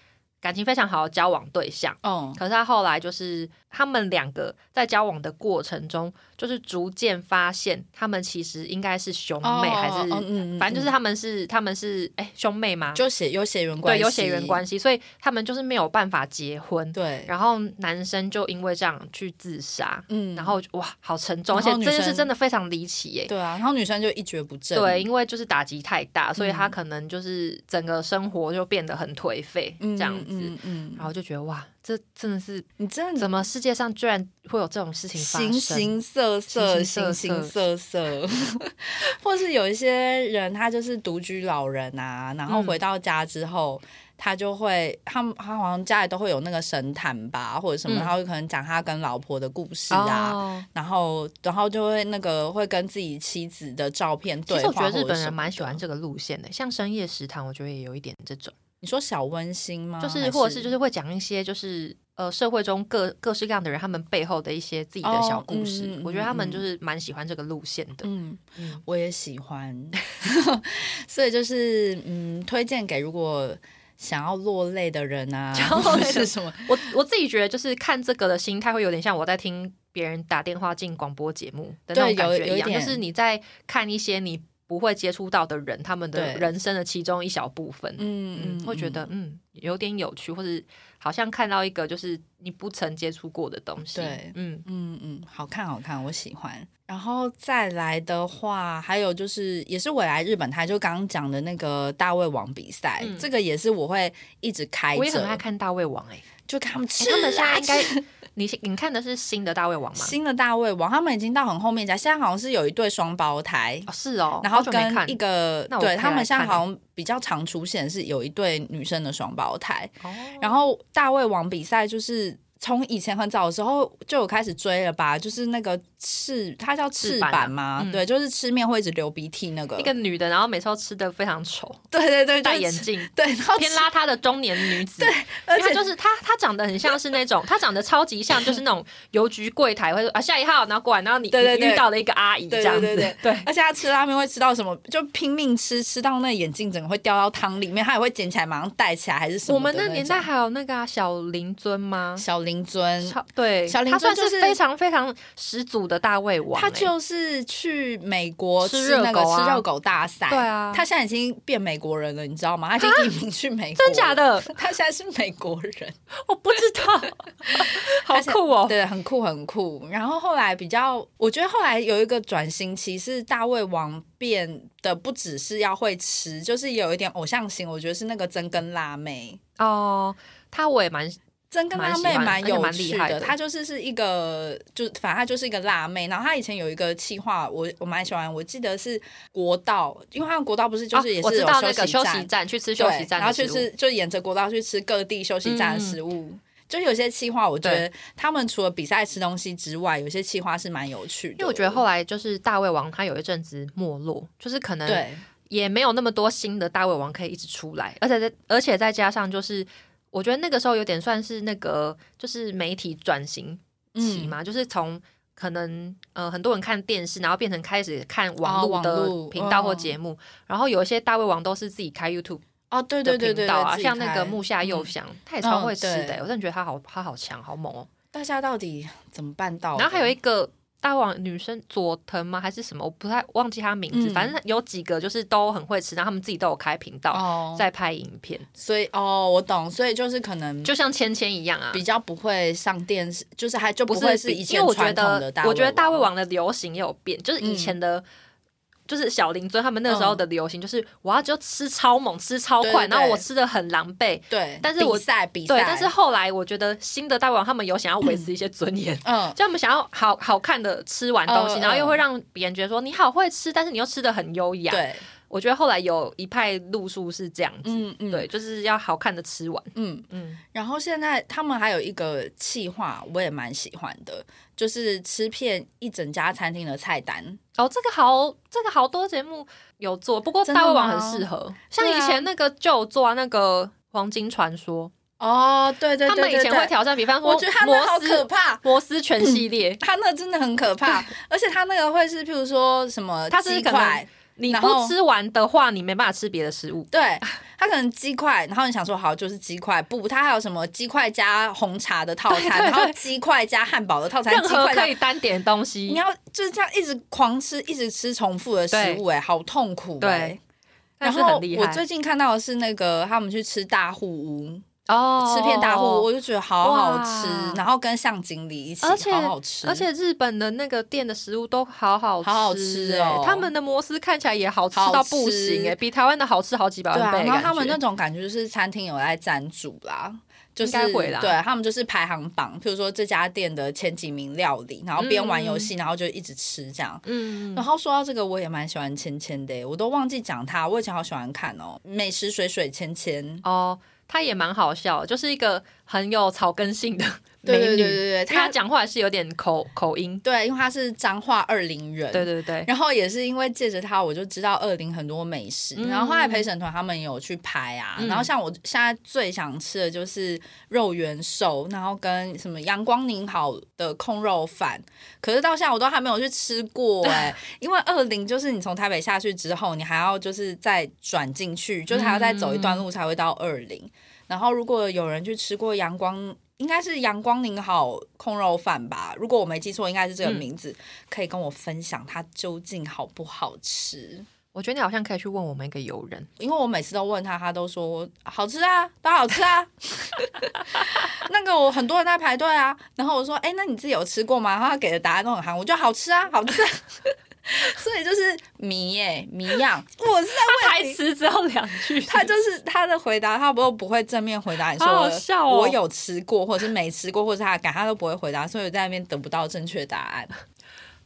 Speaker 1: 感情非常好的交往对象。
Speaker 2: 哦
Speaker 1: 可是她后来就是他们两个在交往的过程中，就是逐渐发现他们其实应该是兄妹，还是、
Speaker 2: 哦嗯嗯
Speaker 1: 反正就是
Speaker 2: 嗯
Speaker 1: 他们是他们是哎、兄妹吗？
Speaker 2: 就血有血缘关
Speaker 1: 对，
Speaker 2: 系，
Speaker 1: 有血缘关系，所以他们就是没有办法结婚。
Speaker 2: 对，
Speaker 1: 然后男生就因为这样去自杀，
Speaker 2: 嗯
Speaker 1: 然后哇，好沉重，而
Speaker 2: 然
Speaker 1: 且
Speaker 2: 后
Speaker 1: 这件
Speaker 2: 女
Speaker 1: 事
Speaker 2: 生
Speaker 1: 真的非常离奇耶。
Speaker 2: 对啊，然后女生就一蹶不振，
Speaker 1: 对，，因为就是打击太大，所以他
Speaker 2: 嗯
Speaker 1: 可能就是整个生活就变得很颓废这
Speaker 2: 嗯
Speaker 1: 样子，
Speaker 2: 嗯嗯
Speaker 1: 然后就觉得哇，这真的是
Speaker 2: 你真的
Speaker 1: 怎么世界上居然会有这种事情发生？
Speaker 2: 形形色色，
Speaker 1: 形
Speaker 2: 形
Speaker 1: 形
Speaker 2: 形色色，或是有一些人他就是独居老人啊，然后
Speaker 1: 嗯
Speaker 2: 回到家之后。他就会，他们他好像家里都会有那个神坛吧，或者什么，
Speaker 1: 嗯
Speaker 2: 然后可能讲他跟老婆的故事啊，
Speaker 1: 哦
Speaker 2: 然后然后就会那个会跟自己妻子的照片
Speaker 1: 其
Speaker 2: 对
Speaker 1: 实我觉得
Speaker 2: 话，
Speaker 1: 日
Speaker 2: 或者
Speaker 1: 本
Speaker 2: 什
Speaker 1: 人
Speaker 2: 么
Speaker 1: 蛮喜
Speaker 2: 的
Speaker 1: 欢这个路线的，像深夜食堂，我觉得也有一点这种，
Speaker 2: 你说小温馨吗？
Speaker 1: 就是
Speaker 2: 啊还
Speaker 1: 或者是就是会讲一些就是呃社会中各各式各样的人他们背后的一些自己的
Speaker 2: 哦
Speaker 1: 小故事，
Speaker 2: 嗯嗯
Speaker 1: 我觉得他们
Speaker 2: 嗯
Speaker 1: 就是蛮喜欢这个路线的。
Speaker 2: 嗯
Speaker 1: 嗯，
Speaker 2: 我也喜欢， 所以就是嗯，推荐给如果想要落泪的人啊，
Speaker 1: 想要落
Speaker 2: 或
Speaker 1: 泪的
Speaker 2: 是什么？
Speaker 1: 我我自己觉得就是看这个的心态会有点像我在听别人打电话进广播节目的那种
Speaker 2: 对
Speaker 1: 感
Speaker 2: 有
Speaker 1: 觉
Speaker 2: 有
Speaker 1: 一
Speaker 2: 一
Speaker 1: 样，就
Speaker 2: 点
Speaker 1: 是你在看一些你不会接触到的人他们的
Speaker 2: 对
Speaker 1: 人生的其中一小部分，
Speaker 2: 嗯
Speaker 1: 嗯，会觉得嗯有点有趣，或是好像看到一个就是你不曾接触过的东西。
Speaker 2: 对
Speaker 1: 嗯，
Speaker 2: 嗯嗯，好看好看，我喜欢。然后再来的话，还有就是也是我来日本台，就刚刚讲的那个大胃王比赛，
Speaker 1: 嗯
Speaker 2: 这个也是我会一直开
Speaker 1: 我也很爱
Speaker 2: 着，
Speaker 1: 看大胃王哎、欸
Speaker 2: 就看他们吃
Speaker 1: 他们现
Speaker 2: 啊
Speaker 1: 在应
Speaker 2: 吃
Speaker 1: 该你你看的是新的大胃王吗？
Speaker 2: 新的大胃王，他们已经到很后面讲，现在好像是有一对双胞胎，
Speaker 1: 哦，是哦，
Speaker 2: 然后
Speaker 1: 好久没看
Speaker 2: 跟一个
Speaker 1: 那我可以
Speaker 2: 对
Speaker 1: 来
Speaker 2: 他们现在
Speaker 1: 看欸
Speaker 2: 好像比较常出现是有一对女生的双胞胎，
Speaker 1: 哦，
Speaker 2: 然后大胃王比赛就是。从以前很早的时候就有开始追了吧，就是那个赤，它叫
Speaker 1: 赤
Speaker 2: 赤
Speaker 1: 坂啊
Speaker 2: 坂吗？
Speaker 1: 嗯
Speaker 2: 对，就是吃面会一直流鼻涕那个。
Speaker 1: 一个女的，然后每次都吃的非常丑，
Speaker 2: 对对对，
Speaker 1: 戴
Speaker 2: 就是
Speaker 1: 眼镜，
Speaker 2: 对，然后
Speaker 1: 偏
Speaker 2: 吃，
Speaker 1: 邋遢的中年女 子。对，
Speaker 2: 而
Speaker 1: 她
Speaker 2: 且
Speaker 1: 就是她，她长得很像是那种，她长得超级像就是那种邮局柜台会说啊下一号，然后过来，然后你
Speaker 2: 对对
Speaker 1: 你
Speaker 2: 对
Speaker 1: 遇到了一个阿姨这
Speaker 2: 对
Speaker 1: 样
Speaker 2: 对
Speaker 1: 子，
Speaker 2: 对对
Speaker 1: 对
Speaker 2: 而且他吃拉面会吃到什么，就拼命吃，吃到那眼镜整个会掉到汤里面，他也会捡起来马上戴起来，还是什么
Speaker 1: 我
Speaker 2: 的
Speaker 1: 们
Speaker 2: 那
Speaker 1: 那
Speaker 2: 种
Speaker 1: 年代还有那个啊小林尊吗？
Speaker 2: 小林尊，
Speaker 1: 超对，
Speaker 2: 嗯小林
Speaker 1: 他算
Speaker 2: 尊就是
Speaker 1: 是非常非常始祖的大胃王欸、
Speaker 2: 他就是去美国
Speaker 1: 吃
Speaker 2: 吃那
Speaker 1: 热
Speaker 2: 个
Speaker 1: 狗啊
Speaker 2: 吃热狗大赛，
Speaker 1: 对啊
Speaker 2: 他现在已经变美国人了，你知道吗？他已经 移民去美国，
Speaker 1: 真假？的，
Speaker 2: 他现在是美国人，
Speaker 1: 我不知 道，好酷哦！
Speaker 2: 对，很酷很酷。然后后来比较，我觉得后来有一个转型期是大胃王变的不只是要会吃，就是有一点偶像型，我觉得是那个真跟辣妹。
Speaker 1: 哦，他我也蛮
Speaker 2: 真跟辣妹蛮有
Speaker 1: 蛮喜
Speaker 2: 趣
Speaker 1: 欢而且蛮厉害的
Speaker 2: 她就是是一个，就反正她就是一个辣妹。然后她以前有一个企划，我我蛮喜欢，我记得是国道，因为她们国道不是就
Speaker 1: 哦
Speaker 2: 是也
Speaker 1: 我
Speaker 2: 是
Speaker 1: 知
Speaker 2: 有
Speaker 1: 道那个
Speaker 2: 休
Speaker 1: 休息
Speaker 2: 站，
Speaker 1: 站去吃休息
Speaker 2: 对，
Speaker 1: 站
Speaker 2: 然
Speaker 1: 的
Speaker 2: 后就
Speaker 1: 食物嗯
Speaker 2: 是就沿着国道去吃各地休息站的食物。就有些企划，我觉得他们除了比赛吃东西之外，有些企划是蛮有趣的。
Speaker 1: 因为我觉得后来就是大胃王，他有一阵子没落，就是可能
Speaker 2: 对
Speaker 1: 也没有那么多新的大胃王可以一直出来，而且再而且再加上就是，我觉得那个时候有点算是那个就是媒体转型期
Speaker 2: 嗯
Speaker 1: 嘛，就是从可能呃很多人看电视，然后变成开始看网
Speaker 2: 哦
Speaker 1: 络
Speaker 2: 网
Speaker 1: 的
Speaker 2: 络
Speaker 1: 频道或
Speaker 2: 哦
Speaker 1: 节目，然后有一些大胃王都是自己开 YouTube
Speaker 2: 哦，对
Speaker 1: 的频
Speaker 2: 对对对
Speaker 1: 道
Speaker 2: 对，
Speaker 1: 啊，
Speaker 2: 自己
Speaker 1: 像那个
Speaker 2: 开嗯
Speaker 1: 木下佑翔，他也超会吃的欸、我真的觉得他好他好强好猛哦、
Speaker 2: 大家到底怎么办到的？
Speaker 1: 然后还有一个大王女生佐藤吗？还是什么？我不太忘记她名字。
Speaker 2: 嗯
Speaker 1: 反正有几个就是都很会吃，然后他们自己都有开频道、
Speaker 2: 哦，
Speaker 1: 在拍影片，
Speaker 2: 所以哦，我懂，所以就是可能
Speaker 1: 就像芊芊一样啊。
Speaker 2: 嗯比较不会上电视，就是还就
Speaker 1: 不
Speaker 2: 会
Speaker 1: 是
Speaker 2: 是
Speaker 1: 比
Speaker 2: 以
Speaker 1: 因
Speaker 2: 前
Speaker 1: 为我觉
Speaker 2: 传统的
Speaker 1: 得
Speaker 2: 大，
Speaker 1: 我觉得大胃王的流行也有变，就是
Speaker 2: 嗯
Speaker 1: 以前的。就是小林尊他们那时候的流行，就是我要就吃超猛，吃超快，
Speaker 2: 对对对
Speaker 1: 然后我吃的很狼狈。
Speaker 2: 对，
Speaker 1: 但是我
Speaker 2: 比赛比赛，
Speaker 1: 对，但是后来我觉得新的大胃王他们有想要维持一些尊 严，
Speaker 2: 嗯，
Speaker 1: 就他们想要好好看的吃完东西，
Speaker 2: 嗯
Speaker 1: 然后又
Speaker 2: 嗯
Speaker 1: 会让别人觉得说你好会吃，但是你又吃的很优雅。
Speaker 2: 对，
Speaker 1: 我觉得后来有一派路数是这样子，
Speaker 2: 嗯嗯
Speaker 1: 对，就是要好看的吃完。
Speaker 2: 嗯。
Speaker 1: 嗯，
Speaker 2: 然后现在他们还有一个企划，我也蛮喜欢的，就是吃遍一整家餐厅的菜单。
Speaker 1: 哦，这个好，这个好多节目有做，不过
Speaker 2: 真的
Speaker 1: 大胃王
Speaker 2: 吗
Speaker 1: 很适合，像
Speaker 2: 对啊
Speaker 1: 以前那个就有做啊那个黄金传说，
Speaker 2: 哦，对对
Speaker 1: 他们以前会，挑战，比方说
Speaker 2: 我觉得他那
Speaker 1: 摩
Speaker 2: 好可嗯
Speaker 1: 斯
Speaker 2: 怕。
Speaker 1: 摩斯全系列，
Speaker 2: 他那真的很可 怕，而且他那个会是，譬如说什么
Speaker 1: 他是
Speaker 2: 鸡
Speaker 1: 可能
Speaker 2: 块，
Speaker 1: 你
Speaker 2: 然
Speaker 1: 不
Speaker 2: 后
Speaker 1: 吃完的话，你没办法吃别的食物。
Speaker 2: 对他可能鸡块，然后你想说好就是鸡块，不，他还有什么鸡块加红茶的套 餐，
Speaker 1: 对对对
Speaker 2: 然后鸡块加汉堡的套餐，
Speaker 1: 任
Speaker 2: 鸡
Speaker 1: 何
Speaker 2: 块
Speaker 1: 可
Speaker 2: 加
Speaker 1: 以单点的东西
Speaker 2: 你，要就是这样一直狂吃，一直吃重复的食物、哎，好痛苦、
Speaker 1: 对
Speaker 2: 哎。
Speaker 1: 但
Speaker 2: 然
Speaker 1: 是
Speaker 2: 后
Speaker 1: 很厉
Speaker 2: 我
Speaker 1: 害
Speaker 2: 最近看到的是那个他们去吃大户屋，
Speaker 1: 哦
Speaker 2: 吃片大户屋，我就觉得好好吃
Speaker 1: 哇，
Speaker 2: 然后跟向经理一起，
Speaker 1: 而且
Speaker 2: 好好吃，
Speaker 1: 而且日本的那个店的食物都好好吃、
Speaker 2: 好好吃
Speaker 1: 欸
Speaker 2: 哦
Speaker 1: 他们的摩斯看起来也好吃到不行哎、
Speaker 2: 好吃
Speaker 1: 比台湾的好吃好几百
Speaker 2: 对
Speaker 1: 万
Speaker 2: 啊，
Speaker 1: 倍的感觉。
Speaker 2: 然后他们那种感觉就是餐厅有在赞助啦，就是
Speaker 1: 应该会啦
Speaker 2: 对他们就是排行榜，譬如说这家店的前几名料理，然后边玩游戏，然后就一直吃这样。
Speaker 1: 嗯，
Speaker 2: 然后说到这个，我也蛮喜欢芊芊的耶，我都忘记讲她，我以前好喜欢看哦，《美食水水芊芊》。
Speaker 1: 哦，他也蛮好笑，就是一个很有草根性的美
Speaker 2: 对
Speaker 1: 女，
Speaker 2: 对对对对，
Speaker 1: 因为她
Speaker 2: 她
Speaker 1: 讲话是有点口口音，
Speaker 2: 对，因为她是彰化二林人，
Speaker 1: 对对对，
Speaker 2: 然后也是因为借着他，我就知道二林很多美食。
Speaker 1: 嗯
Speaker 2: 然后后来陪审团他们也有去拍啊。
Speaker 1: 嗯
Speaker 2: 然后像我现在最想吃的就是肉圆寿，然后跟什么阳光宁好的控肉饭。可是到现在我都还没有去吃过哎、因为二林就是你从台北下去之后，你还要就是再转进去，就是还要再走一段路才会到二林。然后如果有人去吃过阳光。应该是阳光宁好控肉饭吧，如果我没记错，应该是这个
Speaker 1: 嗯
Speaker 2: 名字。可以跟我分享它究竟好不好吃。
Speaker 1: 我觉得你好像可以去问我们一个友人，
Speaker 2: 因为我每次都问他，他都说好吃啊，都好吃啊。 那个我很多人在排队啊，然后我说，哎、那你自己有吃过吗？然后他给的答案都很含糊，我就好吃啊，好吃、啊。 所以就是迷耶、迷样，我是在问
Speaker 1: 台
Speaker 2: 你。
Speaker 1: 词只有两句，
Speaker 2: 他就是他的回答，他不不会正面回答你说
Speaker 1: 好好笑哦
Speaker 2: 我有吃过，或者是没吃过，或者是他改，他都不会回答，所以我在那边得不到正确答案。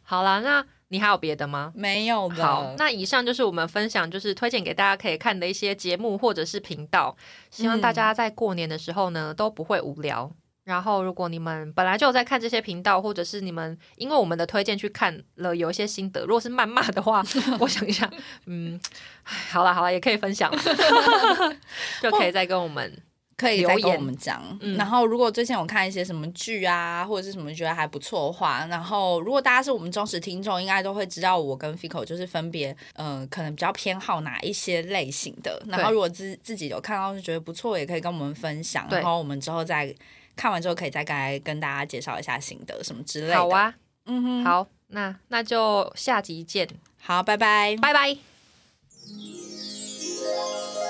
Speaker 1: 好啦，那你还有别的吗？
Speaker 2: 没有的。
Speaker 1: 好，那以上就是我们分享，就是推荐给大家可以看的一些节目或者是频道。希望大家在过年的时候呢、都不会无聊。然后，如果你们本来就有在看这些频道，或者是你们因为我们的推荐去看了有一些心得，如果是谩骂的话， 我想一下，嗯，唉好啦好啦，也可以分 享，就可以再跟我们
Speaker 2: 可以再
Speaker 1: 留
Speaker 2: 跟
Speaker 1: 言
Speaker 2: 我们讲。
Speaker 1: 嗯
Speaker 2: 然后，如果最近我看一些什么剧啊，或者是什么觉得还不错的话，然后如果大家是我们忠实听众，应该都会知道我跟 Fico 就是分别，呃，可能比较偏好哪一些类型的。然后，如果自自己有看到是觉得不错，也可以跟我们分享。
Speaker 1: 对
Speaker 2: 然后我们之后再看完之后，可以再来跟大家介绍一下心得什么之类的。
Speaker 1: 好，啊，
Speaker 2: 嗯哼，
Speaker 1: 好，那那就下集见，
Speaker 2: 好，拜拜。
Speaker 1: 拜拜。
Speaker 3: Thank